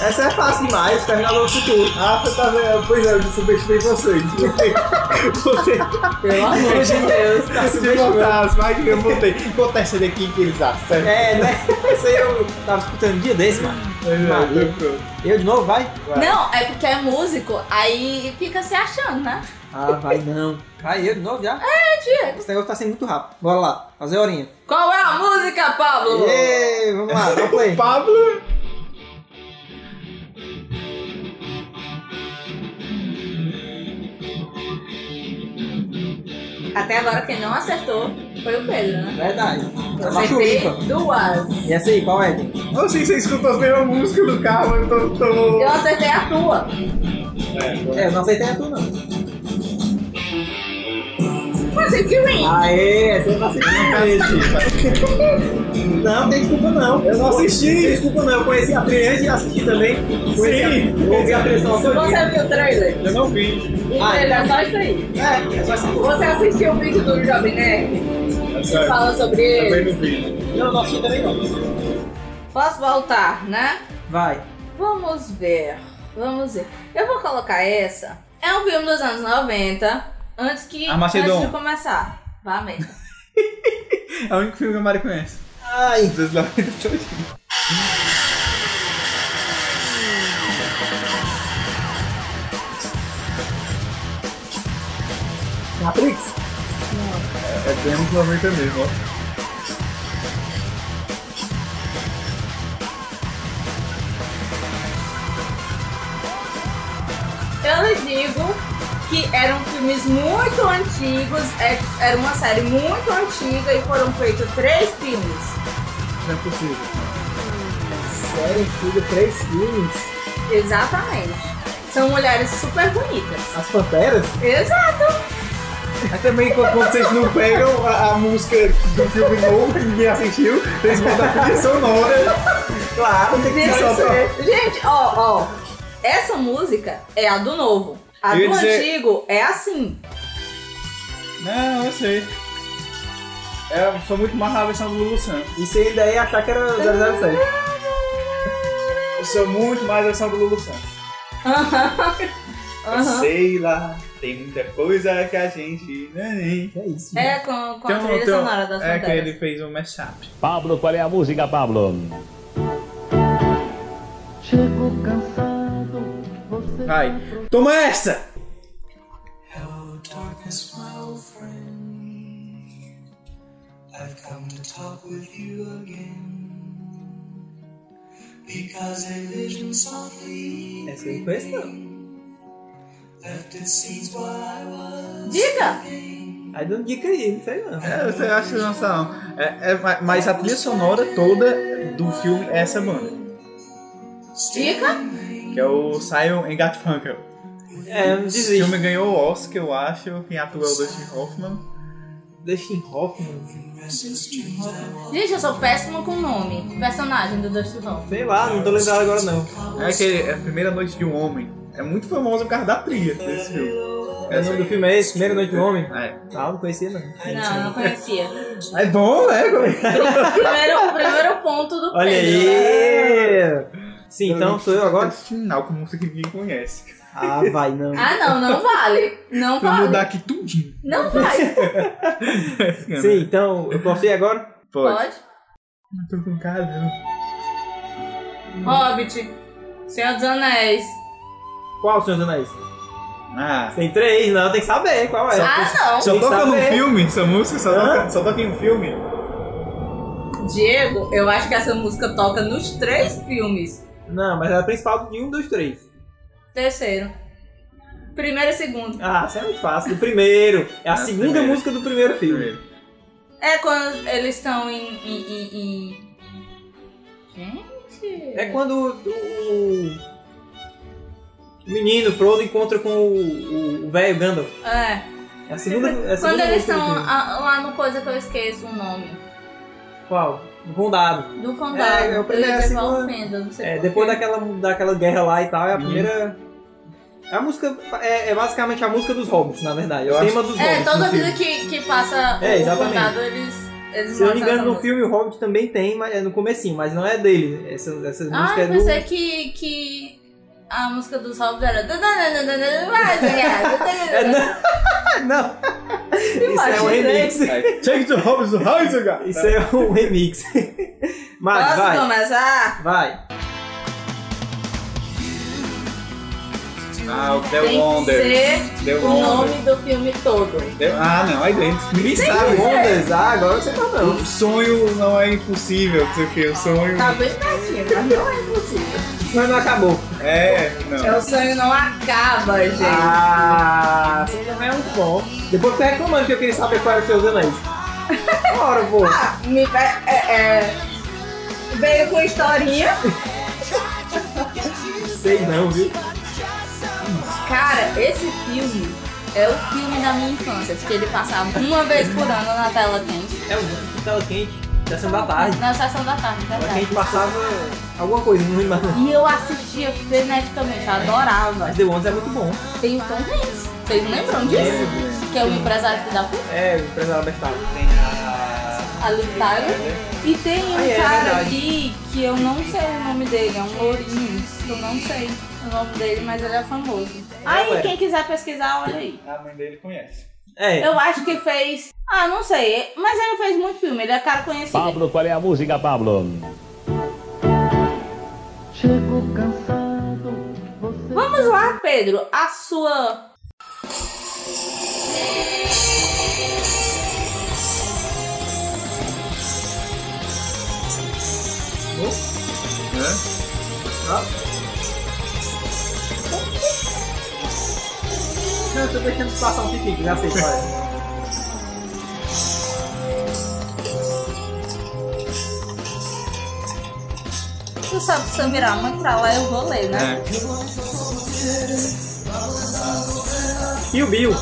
Speaker 3: Essa é fácil demais, Terminal do futuro.
Speaker 2: Ah, você tá vendo? Pois é, eu subestimei vocês. Você,
Speaker 1: Pelo amor de Deus.
Speaker 3: Tá
Speaker 2: você se voltar as mais eu voltei. Conta essa daqui que eles acertam.
Speaker 3: É, né? Isso aí eu tava escutando um dia desse, mano.
Speaker 2: Pois é,
Speaker 3: Maria.
Speaker 2: louco.
Speaker 3: Eu de novo, vai?
Speaker 1: Não, é porque é músico, aí fica se achando, né?
Speaker 3: Ah, vai não. Vai eu de novo já?
Speaker 1: É, Diego.
Speaker 3: Esse negócio tá sendo muito rápido. Bora lá, fazer a horinha.
Speaker 1: Qual é a música, Pablo?
Speaker 3: Ê, vamos lá, dá o play.
Speaker 2: Pablo.
Speaker 1: Até agora quem não acertou foi o Pedro, né?
Speaker 3: Verdade.
Speaker 1: Eu
Speaker 3: Machuí,
Speaker 1: acertei duas.
Speaker 3: E essa aí, qual é?
Speaker 2: Não sei se você escuta as mesmas músicas do carro, eu tô. tô...
Speaker 1: Eu acertei a tua.
Speaker 3: É, eu não aceitei a tua, não.
Speaker 1: Mas é que ring.
Speaker 3: Aê, essa é facilmente. Não, tem desculpa não. Eu não assisti. Tem desculpa não, eu conheci a trilha antes de assistir também. Conheci
Speaker 2: Sim.
Speaker 3: a, ouvi a trilha só todinha.
Speaker 1: Você viu o trailer?
Speaker 2: Eu não vi.
Speaker 1: O
Speaker 3: Ah,
Speaker 1: trailer é só isso aí.
Speaker 3: É, é só essa coisa.
Speaker 1: Você assistiu o vídeo do Jovem Nerd?
Speaker 2: Essa-
Speaker 1: Fala sobre
Speaker 2: tá Também
Speaker 1: ele.
Speaker 2: não vi.
Speaker 3: Não, não assisti também não.
Speaker 1: Posso voltar, né?
Speaker 3: Vai.
Speaker 1: Vamos ver. Vamos ver. Eu vou colocar essa. É um filme dos anos 90. Antes que.
Speaker 2: Armagedon.
Speaker 1: Antes de começar. Vá mesmo.
Speaker 2: É o único filme que a Mari conhece.
Speaker 3: Ai, Matrix.
Speaker 2: É bem anos 90 mesmo, ó.
Speaker 1: Eu lhe digo que eram filmes muito antigos. é- Era uma série muito antiga e foram feitos três filmes.
Speaker 2: Não é possível.
Speaker 3: Série, filho, três filmes.
Speaker 1: Exatamente. São mulheres super bonitas.
Speaker 3: As Panteras.
Speaker 1: Exato.
Speaker 2: Mas também quando quando vocês não pegam a, a música do filme novo que ninguém assistiu, vocês mandam a trilha sonora.
Speaker 3: Claro, tem que
Speaker 1: Vira
Speaker 3: ser.
Speaker 2: Só pra-
Speaker 1: Gente, ó, ó. Essa música é a do novo. A
Speaker 2: Eu ia
Speaker 1: do
Speaker 2: dizer-
Speaker 1: antigo é assim.
Speaker 2: Não, eu sei. É, sou muito mais a versão do Lulu Santos.
Speaker 3: Isso aí daí achar que era 007.
Speaker 2: Eu sou muito mais a versão do Lulu Santos. Eu
Speaker 1: Aham.
Speaker 2: Sei lá, tem muita coisa que a gente. nem-
Speaker 3: É isso.
Speaker 1: É com, com
Speaker 2: Tem
Speaker 1: a
Speaker 2: um-
Speaker 1: trilha
Speaker 2: tem um-
Speaker 1: sonora da
Speaker 2: É que
Speaker 1: Santana.
Speaker 2: ele fez um mashup.
Speaker 7: Pablo, qual é a música, Pablo?
Speaker 2: Vai. Toma essa!
Speaker 3: Essa é aí não conheço não.
Speaker 1: Diga!
Speaker 3: Aí dando dica aí, não sei não.
Speaker 2: É, você acha não não. É, é, ma- mas a trilha sonora toda do filme é essa banda.
Speaker 1: Dica!
Speaker 2: Que é o Simon Garfunkel.
Speaker 3: É, não
Speaker 2: Esse
Speaker 3: desisto.
Speaker 2: filme ganhou o Oscar, eu acho. Quem atua é o Dustin Hoffman.
Speaker 3: Dustin Hoffman.
Speaker 1: Gente, eu sou péssima com o nome. Personagem do Dustin Hoffman.
Speaker 3: Sei lá, não tô lembrado agora não.
Speaker 2: É aquele, é a primeira noite de um homem. É muito famoso por causa da trilha desse filme.
Speaker 3: É, o nome do filme é esse? Primeira Noite do Homem?
Speaker 2: É.
Speaker 3: Ah, não conhecia não.
Speaker 1: Não, não conhecia.
Speaker 2: É bom, né?
Speaker 1: Primeiro, primeiro ponto do
Speaker 3: Olha
Speaker 1: Pedro. né?
Speaker 3: aí! Sim, então sou eu agora?
Speaker 2: Final com música que ninguém conhece.
Speaker 3: Ah, vai não.
Speaker 1: Ah, não, não vale. Não
Speaker 2: Vou
Speaker 1: vale.
Speaker 2: mudar aqui tudinho.
Speaker 1: Não vai.
Speaker 3: Sim, então eu posso ir agora?
Speaker 1: Pode.
Speaker 2: Não Tô com cara. não.
Speaker 1: Hobbit, Senhor dos Anéis.
Speaker 3: Qual, Senhor dos Anéis?
Speaker 2: Ah.
Speaker 3: Tem três, não, tem que saber qual é.
Speaker 1: Ah, não.
Speaker 2: Só
Speaker 3: Tem que
Speaker 2: toca no
Speaker 3: saber.
Speaker 2: filme essa música? Só
Speaker 3: Hã?
Speaker 2: toca, só toca em um filme?
Speaker 1: Diego, eu acho que essa música toca nos três filmes.
Speaker 3: Não, mas era a principal de um, dois, três.
Speaker 1: Terceiro. Primeiro e segundo.
Speaker 3: Ah, isso é muito fácil. Do primeiro. É a
Speaker 2: Ah,
Speaker 3: segunda
Speaker 2: primeiro.
Speaker 3: música do primeiro filme.
Speaker 1: É quando eles estão em, em- em- em- Gente.
Speaker 3: É quando o, o- o menino Frodo encontra com o o- o velho Gandalf.
Speaker 1: É.
Speaker 3: É a segunda, é a segunda
Speaker 1: Quando eles
Speaker 3: música do
Speaker 1: estão
Speaker 3: filme.
Speaker 1: a- lá no coisa que eu esqueço o nome.
Speaker 3: Qual? No condado.
Speaker 1: Do condado.
Speaker 3: É, é o
Speaker 1: eu
Speaker 3: primeiro,
Speaker 1: ia
Speaker 3: a
Speaker 1: dizer
Speaker 3: segunda-
Speaker 1: ofenda, não sei
Speaker 3: É,
Speaker 1: por
Speaker 3: depois
Speaker 1: quê.
Speaker 3: daquela, daquela guerra lá e tal, é a
Speaker 2: Uhum.
Speaker 3: primeira... A música é, é basicamente a música dos hobbits, na verdade. É o
Speaker 2: Eu
Speaker 3: tema dos
Speaker 1: É,
Speaker 3: hobbits. no
Speaker 1: toda
Speaker 3: filme.
Speaker 1: vida que, que passa
Speaker 3: É,
Speaker 1: o
Speaker 3: exatamente.
Speaker 1: condado, eles. eles
Speaker 3: Se eu não
Speaker 1: lançam
Speaker 3: me engano, no
Speaker 1: essa música.
Speaker 3: filme o Hobbit também tem, mas é no comecinho, mas não é dele. Essa, essa
Speaker 1: Ah,
Speaker 3: música é
Speaker 1: eu
Speaker 3: do.
Speaker 1: pensei que, que a música dos Hobbits era.
Speaker 3: É, não, não. Isso é um remix.
Speaker 2: Take the Hobbs do Heisenberg!
Speaker 3: Isso é um remix. Mas
Speaker 1: Posso
Speaker 3: vai,
Speaker 1: começar?
Speaker 3: vai.
Speaker 2: Ah, o The
Speaker 1: Tem que
Speaker 2: Wonder.
Speaker 1: ser
Speaker 2: The
Speaker 1: o nome
Speaker 2: Wonder.
Speaker 1: do filme todo.
Speaker 2: The- Ah, não, aí dentro. Ninguém
Speaker 3: Tá
Speaker 2: sabe.
Speaker 3: ondas? Ah, agora você tá não.
Speaker 2: O sonho não é impossível, não sei o que, o sonho.
Speaker 1: Tá bem pertinho, mas não é possível.
Speaker 3: Mas não acabou.
Speaker 2: É, não.
Speaker 1: O sonho não acaba, gente.
Speaker 3: Ah, você não é muito bom. Depois fica reclamando que eu queria saber qual era o seu anéis. Bora, pô.
Speaker 1: Ah, me pe- é, é, veio com historinha.
Speaker 3: Sei não, viu?
Speaker 1: Cara, esse filme é o filme da minha infância, porque ele passava uma vez por ano na tela quente,
Speaker 3: É o tela quente, sessão da tarde.
Speaker 1: na sessão da tarde,
Speaker 3: Tela
Speaker 1: verdade.
Speaker 3: quente passava alguma coisa, não lembro mais não.
Speaker 1: E eu assistia freneticamente, eu adorava.
Speaker 3: Mas The Ones é muito bom.
Speaker 1: Tem o Tom Hanks. Vocês lembram disso?
Speaker 3: É,
Speaker 1: Que é o empresário que dá puta,
Speaker 3: É, o empresário Bertal. Tem a.
Speaker 1: a Liv Tyler. E tem um
Speaker 3: Ah, é,
Speaker 1: cara
Speaker 3: verdade.
Speaker 1: aqui que eu não sei o nome dele, é um lourinho. que Eu não sei o nome dele, mas ele é famoso. Aí,
Speaker 3: ué.
Speaker 1: quem quiser pesquisar, olha aí.
Speaker 2: A mãe dele conhece.
Speaker 3: É.
Speaker 1: Eu acho que fez. Ah, não sei. Mas ele fez muito filme, ele é cara conhecido.
Speaker 7: Pablo, qual é a música, Pablo?
Speaker 1: Vamos lá, Pedro. A sua.
Speaker 2: Né?
Speaker 3: Não, eu tô deixando passar um pipique, já sei qual é.
Speaker 1: Tu sabe que se eu virar muito pra lá, eu vou ler, né?
Speaker 2: É.
Speaker 3: Kill Bill.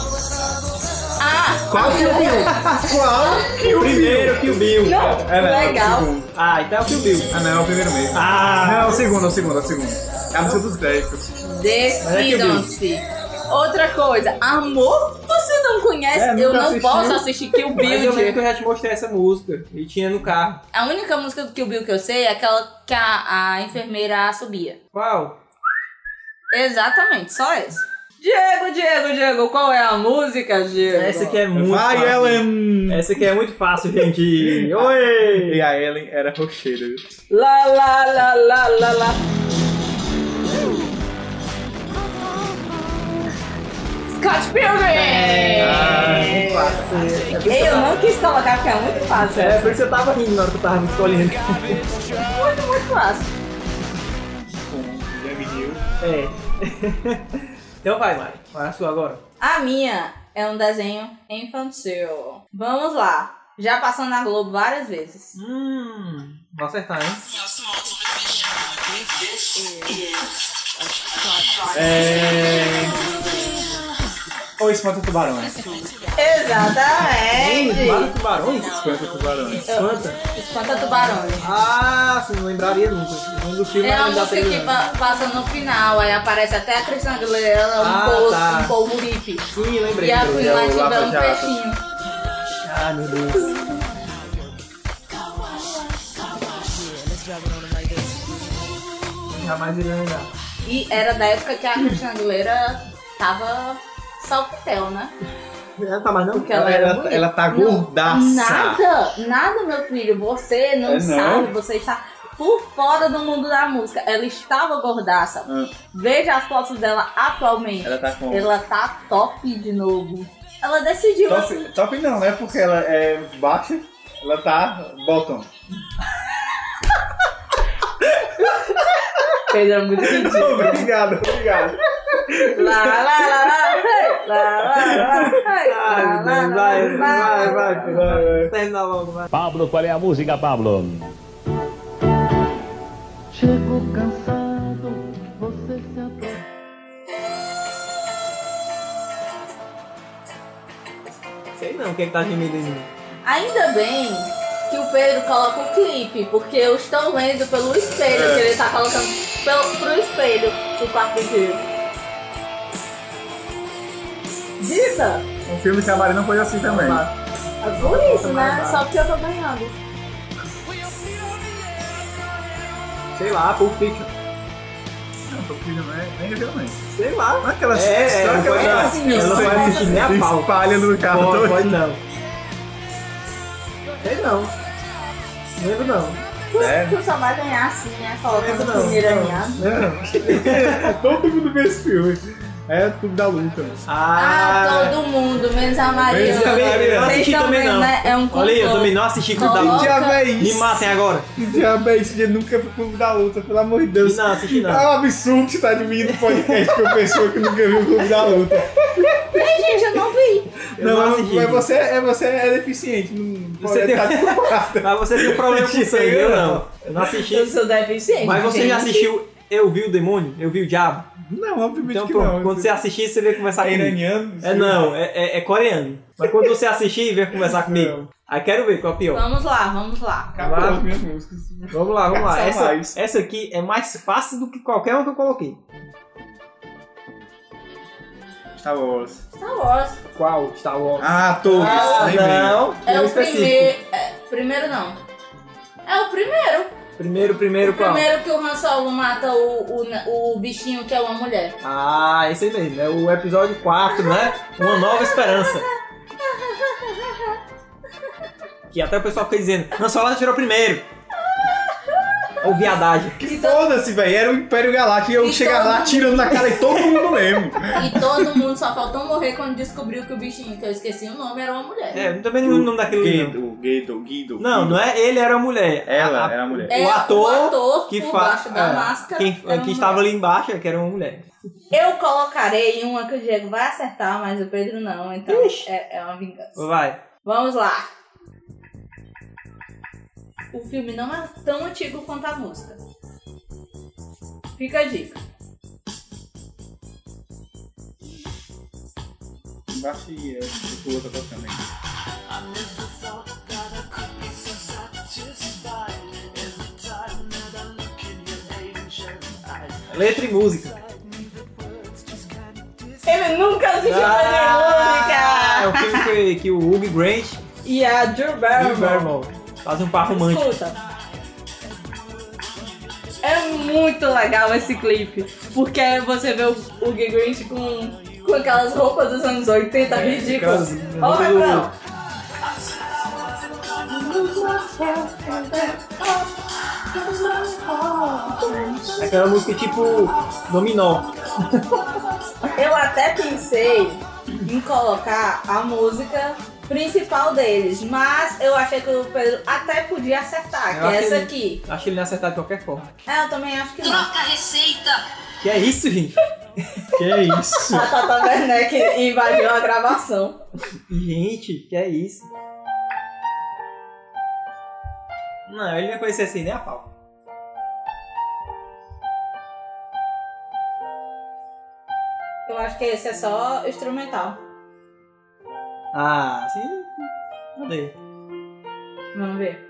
Speaker 1: Ah!
Speaker 2: é
Speaker 3: Qual Kill Bill? Qual? Kill Primeiro Kill Bill.
Speaker 1: Não,
Speaker 2: É, não, é o
Speaker 1: legal.
Speaker 2: segundo.
Speaker 3: Ah, então é o Kill Bill.
Speaker 2: Ah, não, é o primeiro mesmo.
Speaker 3: Ah,
Speaker 2: Não, é o segundo, é o segundo, é o segundo. É a música dos créditos.
Speaker 3: é
Speaker 1: Decidam-se. Outra coisa, amor, você não conhece?
Speaker 2: É, nunca
Speaker 1: eu não
Speaker 2: assisti.
Speaker 1: posso assistir Kill
Speaker 3: mas eu
Speaker 1: Bill.
Speaker 3: lembro que
Speaker 1: Diego.
Speaker 3: eu já te mostrei essa música. E tinha no carro.
Speaker 1: A única música do Kill Bill que eu sei é aquela que a, a enfermeira subia.
Speaker 3: Qual?
Speaker 1: Exatamente, só essa. Diego, Diego, Diego, qual é a música, Diego?
Speaker 3: Essa aqui é muito
Speaker 2: Vai,
Speaker 3: fácil.
Speaker 2: Ellen!
Speaker 3: Essa aqui é muito fácil, gente. Oi!
Speaker 2: E a Ellen era rocheira. viu?
Speaker 1: Lá, lá, lá, lá, lá, lá. Scott
Speaker 3: É.
Speaker 1: Pilgrim! Eu não quis colocar porque é muito fácil.
Speaker 3: É, por isso eu tava rindo na hora que eu tava me escolhendo.
Speaker 1: Muito, muito fácil.
Speaker 2: Com Jamie Hill.
Speaker 3: É. então vai, Mari. Vai a sua agora.
Speaker 1: A minha é um desenho infantil. Vamos lá. Já passou na Globo várias vezes.
Speaker 3: Hum, vou acertar, hein?
Speaker 2: É... Ou Espanta Tubarões.
Speaker 3: Vários
Speaker 1: Exatamente.
Speaker 3: tubarões?
Speaker 2: Espanta Tubarões.
Speaker 3: Espanta.
Speaker 1: Espanta tubarões.
Speaker 3: Ah, você não lembraria nunca. O nome do filme
Speaker 1: É
Speaker 3: não
Speaker 1: a
Speaker 3: me dá
Speaker 1: música que
Speaker 3: trilha, não.
Speaker 1: pa- passa no final, aí aparece até a Cristina Aguilera, um
Speaker 3: Ah,
Speaker 1: poço,
Speaker 3: tá.
Speaker 1: um polvorife.
Speaker 3: Sim, lembrei.
Speaker 1: E a
Speaker 3: lembrei.
Speaker 1: Queen
Speaker 2: é o
Speaker 1: Latifah é
Speaker 2: Lava
Speaker 1: um
Speaker 2: Jato.
Speaker 1: peixinho.
Speaker 3: Ah, meu Deus. Jamais iria lembrar.
Speaker 1: E era da época que a Cristina Aguilera tava salpitel, né?
Speaker 3: Não tá mais não?
Speaker 1: Porque ela,
Speaker 2: Ela-
Speaker 1: era
Speaker 2: ela-
Speaker 1: bonita.
Speaker 2: ela tá
Speaker 1: Não,
Speaker 2: gordaça.
Speaker 1: Nada, nada, meu filho. Você não
Speaker 2: É, não.
Speaker 1: sabe, você está por fora do mundo da música. Ela estava gordaça.
Speaker 2: Ah.
Speaker 1: Veja as fotos dela atualmente.
Speaker 2: Ela tá com...
Speaker 1: Ela tá top de novo. Ela decidiu assim.
Speaker 2: Top, top não, né? Porque ela é baixa, ela tá bottom.
Speaker 1: Pedro é muito ridículo.
Speaker 2: Obrigado, obrigado.
Speaker 1: Lá, lá, lá, lá, ei, lá, lá, lá, ei,
Speaker 3: Ai,
Speaker 1: lá,
Speaker 3: meu
Speaker 1: lá,
Speaker 3: Deus, vai,
Speaker 1: lá, lá,
Speaker 3: vai,
Speaker 1: lá.
Speaker 3: vai, vai. Termina logo, vai.
Speaker 7: Pablo, qual é a música, Pablo?
Speaker 3: Sei não, quem tá gemindo em mim.
Speaker 1: Ainda bem que o Pedro coloca o clipe, porque eu estou vendo pelo espelho
Speaker 2: É.
Speaker 1: que ele tá colocando pelo, pro espelho do quarto inteiro. Dita,
Speaker 2: Um filme que a Mari não foi assim também.
Speaker 1: é por isso, né? Só
Speaker 3: tá.
Speaker 1: porque eu tô ganhando.
Speaker 3: Sei lá, Pulp Fiction.
Speaker 2: Não, tô filho, não é nem realmente.
Speaker 3: Sei lá.
Speaker 2: Não é aquela.
Speaker 3: É, é,
Speaker 2: só
Speaker 3: não
Speaker 2: aquela-
Speaker 3: pode não.
Speaker 1: assim,
Speaker 3: Ela não
Speaker 1: isso.
Speaker 3: vai assistir nem a pau.
Speaker 2: Espalha no carro
Speaker 3: Pode,
Speaker 2: todo.
Speaker 3: pode não. Sei não. Lembro não.
Speaker 2: É.
Speaker 1: Tu só vai ganhar assim, né? Colocando
Speaker 3: Lembro
Speaker 1: o
Speaker 3: não.
Speaker 1: primeiro né? alinhado.
Speaker 2: É Todo mundo vê esse filme. É tudo da luta.
Speaker 1: Ah, todo mundo, menos a Maria.
Speaker 3: Mas eu também- eu não assisti também não.
Speaker 1: Né? É um
Speaker 3: Olha aí, eu
Speaker 1: complô.
Speaker 3: também não assisti Clube da
Speaker 1: Coloca.
Speaker 3: Luta.
Speaker 2: diabo é
Speaker 3: Tá Me
Speaker 2: isso?
Speaker 3: matem agora.
Speaker 2: Que diabo é isso? Ele nunca foi clube da luta, pelo amor de Deus.
Speaker 3: Não, assisti
Speaker 2: É
Speaker 3: não.
Speaker 2: um absurdo que tá de mim no podcast com uma pessoa que nunca viu o clube da luta.
Speaker 1: Ei, gente, eu não vi.
Speaker 3: Eu não assisti.
Speaker 2: mas você é, você é deficiente. Não
Speaker 3: Você
Speaker 2: pode
Speaker 3: tem-
Speaker 2: estar desculpado.
Speaker 3: Mas você tem um problema com sangue, eu não. Eu não
Speaker 1: Eu
Speaker 3: assisti.
Speaker 1: sou deficiente.
Speaker 3: Mas você já
Speaker 1: gente.
Speaker 3: assistiu Eu Vi o Demônio? Eu Vi o Diabo?
Speaker 2: Não, obviamente
Speaker 3: Então
Speaker 2: que
Speaker 3: pronto,
Speaker 2: não.
Speaker 3: quando você assistir, você vem conversar
Speaker 2: é
Speaker 3: comigo.
Speaker 2: iraniano?
Speaker 3: É não, é, é- é coreano. Mas quando você assistir, vem conversar comigo. Aí quero ver qual é o pior.
Speaker 1: Vamos lá, vamos lá.
Speaker 2: Acabou
Speaker 3: Lá.
Speaker 2: as minhas músicas.
Speaker 3: Vamos lá, vamos lá.
Speaker 2: Essa é
Speaker 3: Essa,
Speaker 2: mais.
Speaker 3: essa aqui é mais fácil do que qualquer uma que eu coloquei.
Speaker 2: Star Wars.
Speaker 1: Star Wars.
Speaker 3: Qual? Star Wars?
Speaker 2: Ah, Torres.
Speaker 3: Ah,
Speaker 2: lembrei.
Speaker 3: não.
Speaker 1: É
Speaker 3: Filme
Speaker 1: o
Speaker 3: específico.
Speaker 1: primeiro. é, primeiro não. É o primeiro.
Speaker 3: Primeiro, primeiro
Speaker 1: o
Speaker 3: qual?
Speaker 1: primeiro que o Han Solo mata o, o, o bichinho que é uma mulher.
Speaker 3: Ah, esse aí mesmo. É o episódio 4, né? Uma Nova Esperança. Que até o pessoal fica dizendo, não, só lá tirou primeiro. Ou viadagem.
Speaker 2: Que foda-se, velho. Era o Império Galáctico e eu
Speaker 1: E
Speaker 2: chegava
Speaker 1: todo
Speaker 2: lá
Speaker 1: mundo.
Speaker 2: tirando na cara de todo mundo mesmo.
Speaker 1: E todo mundo só faltou morrer quando descobriu que o bichinho, que eu esqueci o nome, era uma mulher.
Speaker 3: É, eu também não lembro o nome daquele livro.
Speaker 2: Guido, Guido, Guido.
Speaker 3: Não, não é ele, era a mulher.
Speaker 2: Ela
Speaker 3: A- a-
Speaker 2: era a mulher.
Speaker 1: É,
Speaker 3: o ator
Speaker 1: que
Speaker 3: que
Speaker 1: por
Speaker 3: fa-
Speaker 1: baixo da
Speaker 3: é,
Speaker 1: máscara.
Speaker 3: Quem,
Speaker 1: era uma
Speaker 3: que estava
Speaker 1: mulher.
Speaker 3: ali embaixo, é que era uma mulher.
Speaker 1: Eu colocarei uma que o Diego vai acertar, mas o Pedro não, então é, é uma vingança.
Speaker 3: Vai.
Speaker 1: Vamos lá. O filme não é tão antigo quanto a música. Fica a dica.
Speaker 2: Baixa e eu fico outra tocando aí.
Speaker 3: Letra e música.
Speaker 1: Ele nunca assistiu
Speaker 3: Ah, é o
Speaker 1: a música!
Speaker 3: filme que, que o Hugh Grant
Speaker 1: E a Drew
Speaker 3: e o
Speaker 1: Barrymore.
Speaker 3: Barrymore fazem um par romântico.
Speaker 1: Escuta. É muito legal esse clipe, porque você vê o, o Gui Grinch com, com aquelas roupas dos anos 80 ridículas.
Speaker 3: É, aquelas-
Speaker 1: Ó o refrão.
Speaker 3: Aquela música tipo Dominó.
Speaker 1: Eu até pensei em colocar a música principal deles, mas eu achei que o Pedro até podia acertar, que
Speaker 3: Eu
Speaker 1: é
Speaker 3: acho
Speaker 1: essa
Speaker 3: que-
Speaker 1: aqui.
Speaker 3: Acho que ele não ia acertar de qualquer forma.
Speaker 1: É, eu também acho que não.
Speaker 3: Que é isso, gente?
Speaker 2: Que é isso?
Speaker 1: A Tata Werneck invadiu a gravação.
Speaker 3: Gente, que é isso? Não, ele não ia conhecer assim nem a pau.
Speaker 1: Eu acho que esse é só instrumental.
Speaker 3: Ah, assim. Cadê?
Speaker 1: Vamos ver.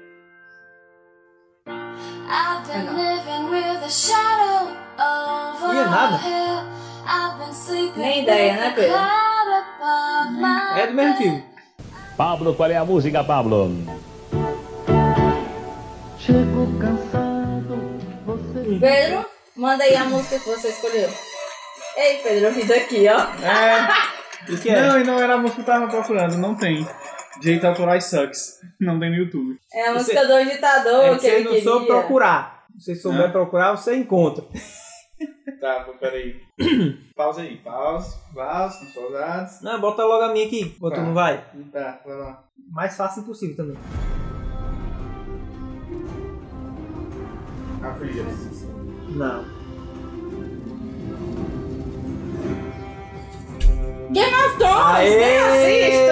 Speaker 8: I've been living with a shadow over
Speaker 3: Não é nada.
Speaker 8: hill. I've been sleeping
Speaker 1: Nem ideia, né, Pedro?
Speaker 8: cloud above my
Speaker 3: É do mesmo filme.
Speaker 7: Pablo, qual é a música, Pablo?
Speaker 1: Pedro, manda aí a música que você escolheu. Ei, Pedro, eu fiz aqui, ó.
Speaker 2: É.
Speaker 3: O que é?
Speaker 2: Não, e não era a música que eu tava procurando. Não tem. Direito autorais sucks. Não tem no YouTube.
Speaker 1: É a
Speaker 3: Você-
Speaker 1: música do ditador
Speaker 3: é que
Speaker 1: que
Speaker 3: você
Speaker 1: ele
Speaker 3: não soube
Speaker 1: queria.
Speaker 3: procurar. Se você souber procurar, você encontra.
Speaker 2: Tá, pô, peraí. Pausa aí. Pausa. Pausa. Não soldados.
Speaker 3: Não, bota logo a minha aqui, ou tu
Speaker 2: Tá.
Speaker 3: não vai.
Speaker 2: Tá, vai lá.
Speaker 3: Mais fácil possível também.
Speaker 2: Ah,
Speaker 9: Avengers.
Speaker 10: Não.
Speaker 1: Game of Thrones!
Speaker 3: Aê!
Speaker 1: Nem assisto!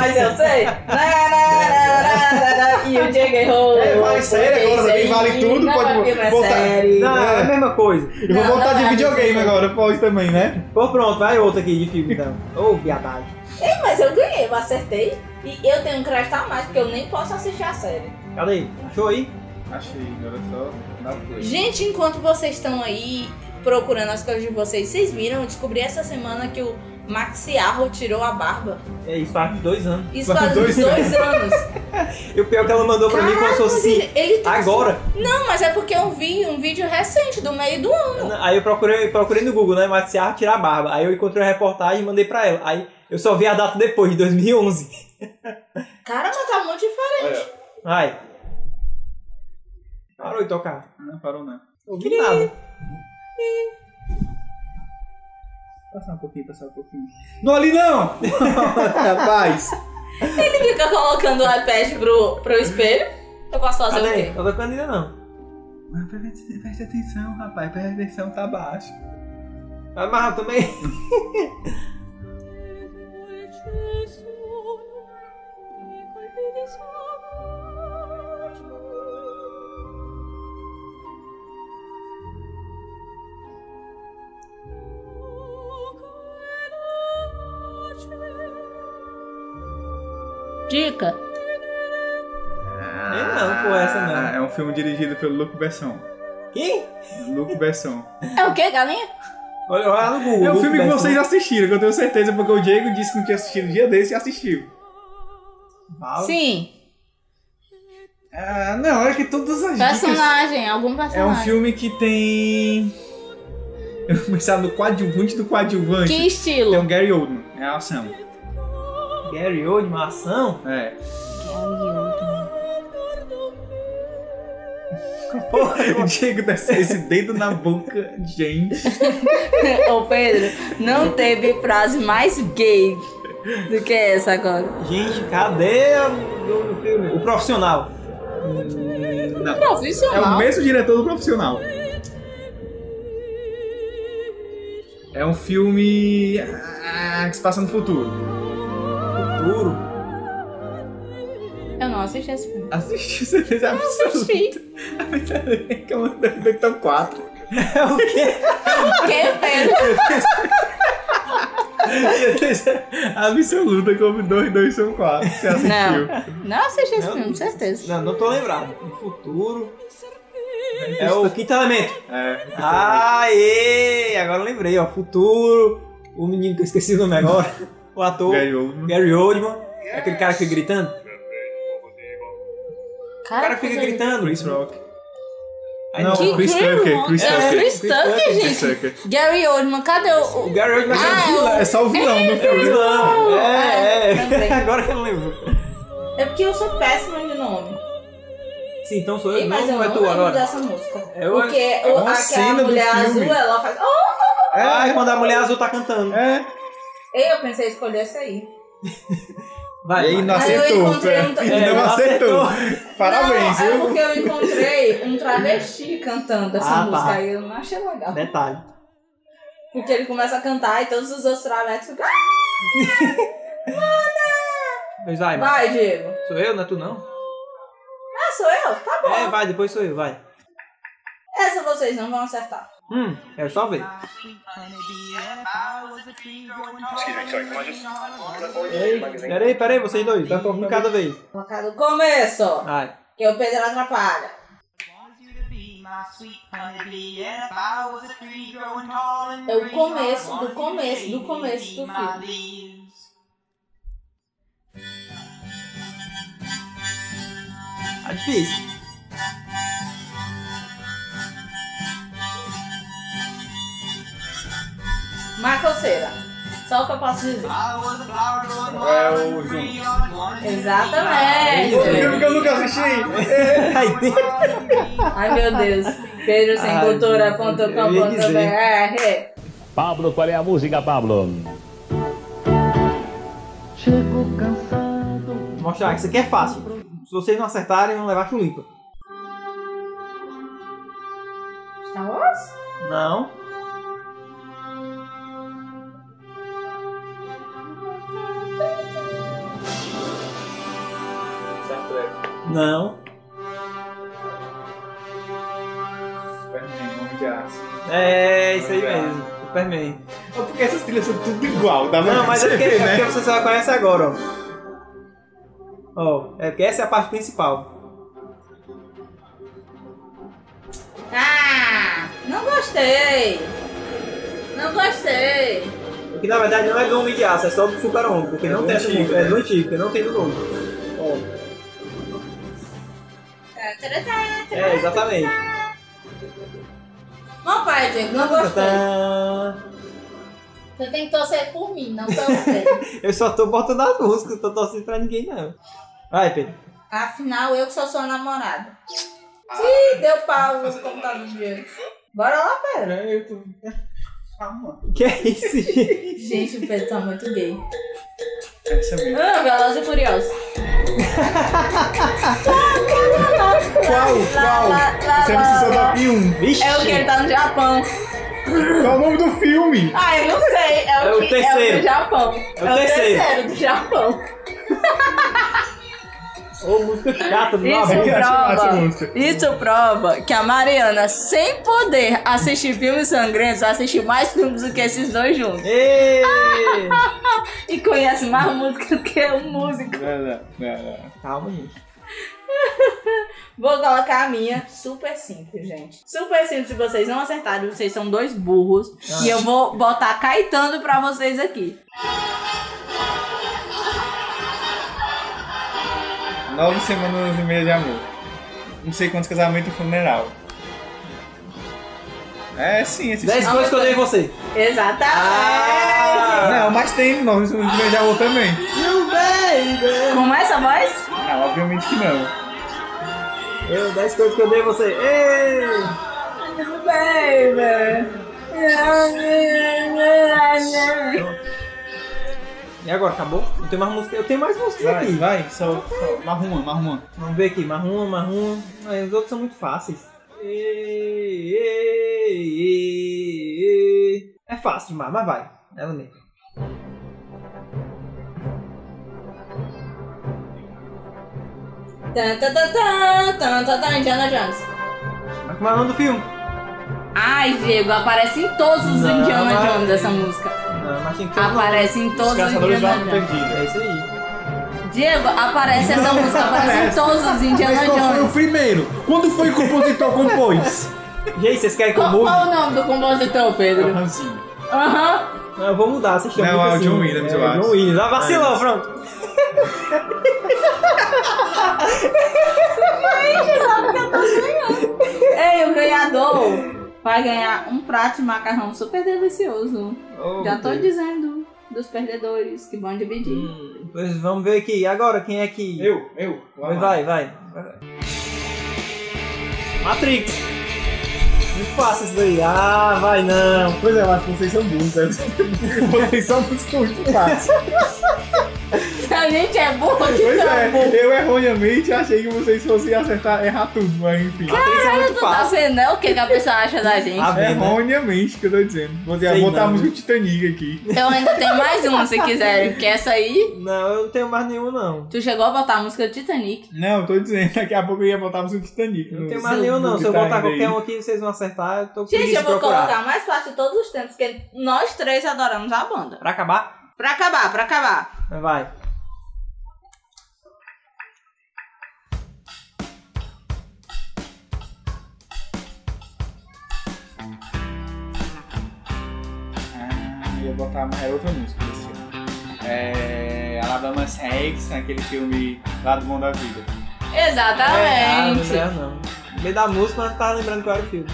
Speaker 1: Mas eu sei. Nararararara, E o Diego errou.
Speaker 2: É, vale série agora,
Speaker 1: Isso aí
Speaker 2: também vale tudo,
Speaker 1: não
Speaker 2: pode
Speaker 1: vale mais
Speaker 2: botar.
Speaker 1: série.
Speaker 3: Não, é a mesma coisa.
Speaker 2: Eu
Speaker 1: Não,
Speaker 2: vou voltar
Speaker 1: não,
Speaker 2: de
Speaker 1: não,
Speaker 2: videogame
Speaker 1: não.
Speaker 2: agora, pode também, né?
Speaker 3: Pô, pronto, vai outra aqui de filme então. Ô, viadagem.
Speaker 1: Ei, mas eu ganhei, eu acertei. E eu tenho um crédito a mais, porque eu nem posso assistir a série.
Speaker 3: Cadê? Achou aí?
Speaker 2: Achei, agora só na play.
Speaker 1: Gente, enquanto vocês estão aí procurando as coisas de vocês, vocês viram? Eu descobri essa semana que o Maxiarro tirou a barba.
Speaker 3: É isso, faz dois anos.
Speaker 1: Isso
Speaker 2: Faz
Speaker 1: faz uns
Speaker 2: dois
Speaker 1: dois anos.
Speaker 3: E o pior é que ela mandou pra mim como se
Speaker 1: Mas
Speaker 3: fosse
Speaker 1: ele, ele tá
Speaker 3: assim, agora.
Speaker 1: Não, mas é porque eu vi um vídeo recente do meio do ano.
Speaker 3: Aí eu procurei, procurei no Google, né? Marciar tirar a barba. Aí eu encontrei a reportagem e mandei pra ela. Aí eu só vi a data depois, de 2011.
Speaker 1: Cara, mas tá muito diferente.
Speaker 3: Vai. Parou de tocar.
Speaker 2: Não parou, não.
Speaker 3: Não ouvi nada.
Speaker 2: Passar um pouquinho, passar um pouquinho. Não ali não! Rapaz!
Speaker 1: Ele fica colocando o iPad pro, pro espelho. Eu posso fazer o
Speaker 3: Cadê?
Speaker 1: quê?
Speaker 3: Não tô tocando ainda não.
Speaker 2: Mas preste, preste atenção, rapaz, preste atenção, tá baixo.
Speaker 3: Vai amarrar Tá também.
Speaker 1: Dica.
Speaker 3: É, não, pô, essa não.
Speaker 2: É um filme dirigido pelo Luc Besson.
Speaker 3: Quem?
Speaker 2: Luc Besson.
Speaker 1: É o quê, galinha?
Speaker 3: Olha olha lá no Google.
Speaker 2: é um filme que
Speaker 3: Luke
Speaker 2: vocês
Speaker 3: Besson.
Speaker 2: assistiram, que eu tenho certeza, porque o Diego disse que não tinha assistido um dia desse e assistiu.
Speaker 3: Fala.
Speaker 1: Sim.
Speaker 2: Ah, não, é que todas as dicas...
Speaker 1: Personagem, algum
Speaker 2: É um
Speaker 1: personagem.
Speaker 2: filme que tem... Eu vou começar no coadjuvante do coadjuvante.
Speaker 1: Que estilo?
Speaker 2: Tem o Gary Oldman, é a ação.
Speaker 3: Gary Oldman, ação?
Speaker 2: É. O Diego desce esse dedo na boca, gente.
Speaker 1: Ô Pedro, não teve frase mais gay do que essa agora.
Speaker 3: Gente, cadê o nome do filme? O profissional.
Speaker 2: Não. É o
Speaker 1: Profissional.
Speaker 2: mesmo diretor do profissional. É um filme ah, que se passa no futuro.
Speaker 3: Duro.
Speaker 1: Eu não assisti esse filme.
Speaker 2: Assiste, você fez a
Speaker 1: Assisti.
Speaker 2: A verdade é que é uma da 4.
Speaker 3: É o quê?
Speaker 1: Que Pedro?
Speaker 2: A absoluta como 2 2 são 4. Você assistiu.
Speaker 1: Não. Não assisti esse
Speaker 3: Não.
Speaker 1: filme, com certeza.
Speaker 3: Não, não tô lembrado. O futuro. É o quinto elemento.
Speaker 2: É.
Speaker 3: Aê! Agora eu lembrei, ó. Futuro. O menino que eu esqueci o nome agora. O ator.
Speaker 2: Ganhou.
Speaker 3: Gary Oldman. Aquele cara que fica gritando. O cara fica
Speaker 1: coisa-
Speaker 3: gritando.
Speaker 2: Chris Rock.
Speaker 3: Aí
Speaker 2: Não,
Speaker 1: Que
Speaker 2: Chris
Speaker 1: incrível.
Speaker 2: Tucker, Chris
Speaker 1: É,
Speaker 2: Tucker.
Speaker 1: Chris Tucker,
Speaker 3: Chris
Speaker 2: Chris
Speaker 1: gente.
Speaker 2: Tucker.
Speaker 1: Gary Oldman, cadê o...
Speaker 3: O
Speaker 1: o-
Speaker 3: Gary Oldman
Speaker 1: Ah,
Speaker 3: é
Speaker 2: É só o vilão do
Speaker 3: o
Speaker 2: filme.
Speaker 3: vilão.
Speaker 1: É,
Speaker 3: É,
Speaker 1: lembrei.
Speaker 3: é. Agora que eu lembro.
Speaker 1: É porque eu sou péssima de nome.
Speaker 3: Sim, então sou eu.
Speaker 1: Ei, mas
Speaker 3: não,
Speaker 1: eu
Speaker 3: é
Speaker 1: não
Speaker 3: tu
Speaker 1: lembro
Speaker 3: agora.
Speaker 1: dessa música.
Speaker 3: É o-
Speaker 1: Porque
Speaker 2: é
Speaker 1: o,
Speaker 2: uma cena
Speaker 1: aquela
Speaker 2: do
Speaker 1: mulher azul,
Speaker 2: filme.
Speaker 1: ela faz... Oh!
Speaker 3: Ah, é quando a mulher azul tá cantando.
Speaker 2: É.
Speaker 1: Ei, Oh! eu pensei em escolher essa aí.
Speaker 3: Vai.
Speaker 2: E aí não
Speaker 3: vai.
Speaker 1: Aí eu
Speaker 2: acertou.
Speaker 1: encontrei um-
Speaker 2: pera. E
Speaker 3: É,
Speaker 2: não acertou. Parabéns,
Speaker 1: não, é
Speaker 2: viu?
Speaker 1: porque eu encontrei um travesti cantando essa
Speaker 3: Ah, tá.
Speaker 1: música aí. Eu não achei legal.
Speaker 3: Detalhe.
Speaker 1: Porque ele começa a cantar e todos os outros travestis ficam... "Ah,
Speaker 3: Mas vai,
Speaker 1: "Ah, Vai, Diego.
Speaker 3: sou eu, não é tu não?
Speaker 1: Ah, sou eu? Tá bom.
Speaker 3: É, vai, depois sou eu, vai. É.
Speaker 1: Essa vocês não vão acertar.
Speaker 3: Hum, quero só ver. Ei, peraí, peraí, vocês dois. Um cada vez.
Speaker 1: Colocar do começo,
Speaker 3: Vai.
Speaker 1: que o Pedro atrapalha. É o começo, do começo, do começo do filme.
Speaker 3: Tá difícil.
Speaker 1: Macoceira. Só o que eu posso dizer.
Speaker 2: É o Juntos.
Speaker 1: Exatamente.
Speaker 2: Filme que eu nunca
Speaker 1: É.
Speaker 2: assisti.
Speaker 3: Aí tem-
Speaker 1: Ai, meu Deus. Pedro sem
Speaker 3: Ai,
Speaker 1: cultura,
Speaker 3: gente,
Speaker 1: ponto com,
Speaker 3: eu ia
Speaker 1: ponto
Speaker 3: dizer.
Speaker 1: BR. É,
Speaker 7: Pablo, qual é a música, Pablo?
Speaker 3: Mostrar que isso aqui é fácil. Se vocês não acertarem, vão levar chulipa.
Speaker 2: Wars?
Speaker 3: Não.
Speaker 2: Star Trek.
Speaker 3: Não.
Speaker 2: Superman, Homem de Aço.
Speaker 3: É isso aí mesmo. Superman.
Speaker 2: Mas Por que essas trilhas são tudo igual? Dá pra
Speaker 3: Não, mas é porque,
Speaker 2: perceber,
Speaker 3: é
Speaker 2: né?
Speaker 3: porque você só conhece agora, ó. Ó, é porque essa é a parte principal.
Speaker 1: Ah, não gostei. Não gostei.
Speaker 3: O que na verdade não é do Homem de Aço, é só do Super-Homem, porque
Speaker 2: É
Speaker 3: não
Speaker 2: do
Speaker 3: tem essa
Speaker 2: antigo,
Speaker 3: música. É
Speaker 2: né?
Speaker 3: do antigo, porque não tem do novo. Ó,
Speaker 1: Tá, tá, tá, tá.
Speaker 3: é, exatamente.
Speaker 1: Não, pai, Diego, não gostei.
Speaker 3: Tadã.
Speaker 1: Você tem que torcer por mim, não pelo Pedro.
Speaker 3: Eu só tô botando as músicas, não tô torcendo pra ninguém não. Vai, Pedro.
Speaker 1: Afinal, eu que sou sua namorada. Ih, deu pau nos computadores de Diego. Bora lá, Pedro.
Speaker 2: Calma.
Speaker 3: Que é isso, gente?
Speaker 1: Gente, o Pedro tá muito gay.
Speaker 2: Essa é mesmo.
Speaker 1: Ah, Veloz e Furioso.
Speaker 2: Qual? Qual? Você precisa dar filme.
Speaker 3: Vixe!
Speaker 1: É o que ele tá no Japão.
Speaker 2: Qual é o nome do filme?
Speaker 1: Ah, eu não sei. É o,
Speaker 3: É o
Speaker 1: que, É o
Speaker 3: terceiro.
Speaker 1: do Japão. É
Speaker 3: o terceiro.
Speaker 1: do Japão.
Speaker 3: Ô, música chata do
Speaker 1: Isso
Speaker 3: Nabu.
Speaker 2: essa
Speaker 1: prova,
Speaker 2: música.
Speaker 1: isso prova que a Mariana, sem poder assistir filmes sangrentos, assistiu mais filmes do que esses dois juntos.
Speaker 3: Ei!
Speaker 1: E conhece mais música do que o músico.
Speaker 2: Não, não, não, não.
Speaker 3: Calma, gente.
Speaker 1: Vou colocar a minha super simples, gente. Super simples, se vocês não acertarem, vocês são dois burros. E eu vou botar Caetano pra vocês aqui.
Speaker 2: Nove semanas e meia de amor. Não sei quantos casamentos e funeral. É sim, esse
Speaker 3: Dez
Speaker 2: filme.
Speaker 3: coisas que eu dei em você.
Speaker 1: Exatamente!
Speaker 3: Ah.
Speaker 2: Não, mas tem nove semanas e meia de amor também.
Speaker 3: You baby!
Speaker 1: Com essa voz?
Speaker 2: Não, obviamente que não.
Speaker 3: Eu, 10 coisas que eu dei em você. Ei! E agora, acabou? Não tem mais música. Eu tenho mais músicas
Speaker 2: Vai,
Speaker 3: aqui.
Speaker 2: vai, só, só marruma, marruma.
Speaker 3: Vamos ver aqui, marrom, marrom. Mas os outros são muito fáceis. Ei, ei, ei, ei. É fácil demais, mas vai. Ela mesmo.
Speaker 1: Tan, tan, tan, tan, tan, tan, tan, Indiana Jones.
Speaker 3: Mas como é o nome do filme?
Speaker 1: Ai, Diego, aparece em todos os
Speaker 3: Não,
Speaker 1: Indiana
Speaker 3: mas-
Speaker 1: Jones essa música.
Speaker 3: Ah, mas tem que ter um nome.
Speaker 1: Aparece em todos
Speaker 2: Os
Speaker 1: os
Speaker 2: caçadores da
Speaker 1: Indiana
Speaker 2: Arca
Speaker 1: Jones.
Speaker 2: perdida.
Speaker 3: É isso aí.
Speaker 1: Diego, aparece essa música, aparece em
Speaker 2: aparece.
Speaker 1: todos os Indiana Jones.
Speaker 2: primeiro? Quando foi que o compositor compôs?
Speaker 3: Gente, vocês querem que eu
Speaker 1: Qual,
Speaker 3: mude?
Speaker 1: qual o nome do compositor, Pedro?
Speaker 2: Ranzinho.
Speaker 1: Aham.
Speaker 3: Não, Ah, eu vou mudar, vocês estão
Speaker 2: Não,
Speaker 3: muito
Speaker 2: é o John
Speaker 3: assim.
Speaker 2: Williams,
Speaker 3: é,
Speaker 2: eu acho. É
Speaker 3: John Williams. Ah, vacilou, pronto.
Speaker 1: Ei, o ganhador vai ganhar um prato de macarrão super delicioso.
Speaker 3: Oh,
Speaker 1: Já tô
Speaker 3: meu Deus.
Speaker 1: dizendo dos perdedores que vão dividir.
Speaker 3: Hum, Pois vamos ver aqui. E Agora, quem é que...
Speaker 2: Eu, eu.
Speaker 3: Vai, vai, vai. Matrix. Muito fácil isso daí. Ah, vai não.
Speaker 2: Pois é, eu acho que vocês são burros. né? Vocês são muito muito fácil.
Speaker 1: A gente é burro de
Speaker 2: Pois
Speaker 3: Tá
Speaker 1: campo.
Speaker 2: é, eu erroneamente achei que vocês fossem acertar, errar tudo, mas enfim.
Speaker 3: Matrix é muito
Speaker 1: Tu tá
Speaker 3: fácil.
Speaker 1: vendo né, o que, que a pessoa acha da
Speaker 2: É
Speaker 1: gente?
Speaker 3: Ah, vendo, né?
Speaker 2: Erroneamente que eu tô dizendo. Vou dizer,
Speaker 3: Sei
Speaker 2: botar
Speaker 3: não. né?
Speaker 2: a música Titanic aqui.
Speaker 1: Eu ainda tenho mais uma se quiserem, porque essa aí.
Speaker 3: Não, eu não tenho mais nenhum, não.
Speaker 1: Tu chegou a botar a música do Titanic.
Speaker 2: Não, eu tô dizendo, daqui a pouco eu ia botar a música Titanic.
Speaker 3: Eu não tenho
Speaker 2: sei
Speaker 3: mais nenhum, não.
Speaker 2: onde
Speaker 3: Se eu
Speaker 2: tá
Speaker 3: botar
Speaker 2: ainda aí.
Speaker 3: qualquer um aqui, vocês vão acertar. Eu tô com
Speaker 1: Gente,
Speaker 3: preguiça
Speaker 1: eu
Speaker 3: de
Speaker 1: vou
Speaker 3: procurar.
Speaker 1: colocar mais fácil de todos os tempos, porque nós três adoramos a banda.
Speaker 3: Pra acabar?
Speaker 1: Pra acabar, pra acabar.
Speaker 3: Vai. um-
Speaker 2: Ah, ia botar uma, era outra música desse filme. É. Alabama Rex, naquele filme lá do Bom da Vida.
Speaker 3: Ah, não
Speaker 1: Exatamente.
Speaker 2: É, né?
Speaker 3: lembro, não. No meio da música, mas eu tava lembrando que era o filme.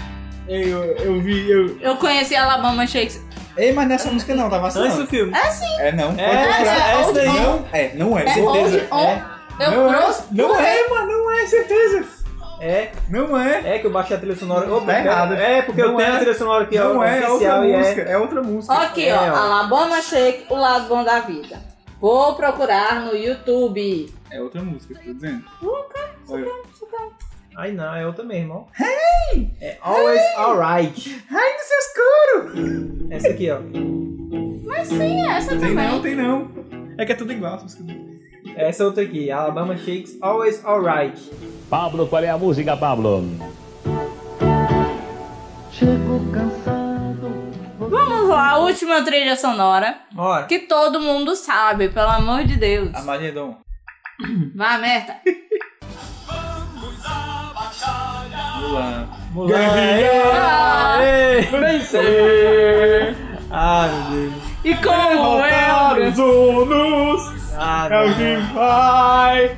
Speaker 2: Ei, Eu, eu vi, eu.
Speaker 1: Eu conheci Alabama Shakespeare.
Speaker 2: Ei, mas nessa música não, tava
Speaker 3: Antes
Speaker 2: assim.
Speaker 3: do filme.
Speaker 1: É sim,
Speaker 2: É não.
Speaker 3: É,
Speaker 2: Pode
Speaker 3: essa,
Speaker 2: procurar.
Speaker 3: é essa daí.
Speaker 2: Não, é, não é,
Speaker 1: é
Speaker 2: certeza.
Speaker 1: Old On. Eu
Speaker 2: não
Speaker 1: trouxe.
Speaker 2: é, não é, mano, não é, certeza.
Speaker 3: É,
Speaker 2: Não é.
Speaker 3: é que eu baixei a trilha sonora. Ô,
Speaker 2: Tá
Speaker 3: porque-
Speaker 2: errado.
Speaker 3: É, porque eu
Speaker 2: Não
Speaker 3: tenho
Speaker 2: é.
Speaker 3: a trilha sonora aqui, ó.
Speaker 2: Não é, é outra
Speaker 3: oficial e
Speaker 2: música.
Speaker 3: é.
Speaker 2: É outra música.
Speaker 1: Aqui, ó.
Speaker 3: É, ó.
Speaker 1: Alabama Shake, o lado bom da vida. Vou procurar no YouTube.
Speaker 2: É outra música, tô dizendo. Olha,
Speaker 3: Ai não, é outra mesmo, ó. Hey! É Always Alright.
Speaker 2: Ai, no seu escuro!
Speaker 3: Essa aqui, ó.
Speaker 1: Mas sim, essa
Speaker 2: Tem não,
Speaker 1: também.
Speaker 2: tem não. É que é tudo igual, as músicas do-
Speaker 3: Essa é outra aqui, Alabama Shakes Always Alright.
Speaker 7: Pablo, qual é a música, Pablo?
Speaker 1: Vamos lá, a última trilha sonora.
Speaker 3: Bora.
Speaker 1: Que todo mundo sabe, pelo amor de Deus.
Speaker 2: Armagedon.
Speaker 1: Vá, merda.
Speaker 2: Mulan.
Speaker 3: Guerreira! Ei, Vencer! Ah, meu Deus.
Speaker 1: E como eu.
Speaker 2: Unos
Speaker 3: Ah,
Speaker 2: é o
Speaker 3: meu
Speaker 2: que vai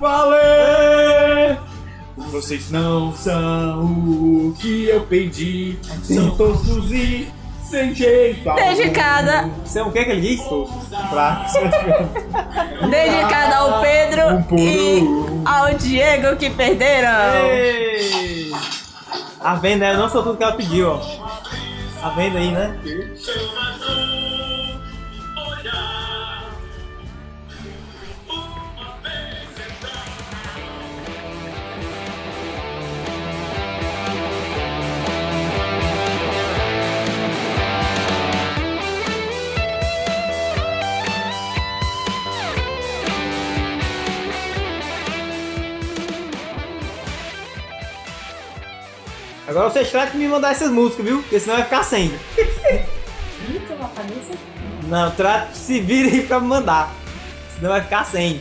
Speaker 2: valer. Vocês não são o que eu pedi. São todos e sem jeito. algum.
Speaker 1: Dedicada,
Speaker 3: Deus. O que é que ele diz?
Speaker 2: Todos fracos.
Speaker 1: dedicada ao
Speaker 2: Um
Speaker 1: Pedro
Speaker 2: por
Speaker 1: e
Speaker 2: um.
Speaker 1: ao Diego que perderam.
Speaker 3: Ei! A venda, eu não sou tudo que ela pediu, ó. A venda aí, né? Agora vocês tratam de me mandar essas músicas, viu? Porque senão vai ficar sem. Não, trate se virem pra me mandar. Senão vai ficar sem.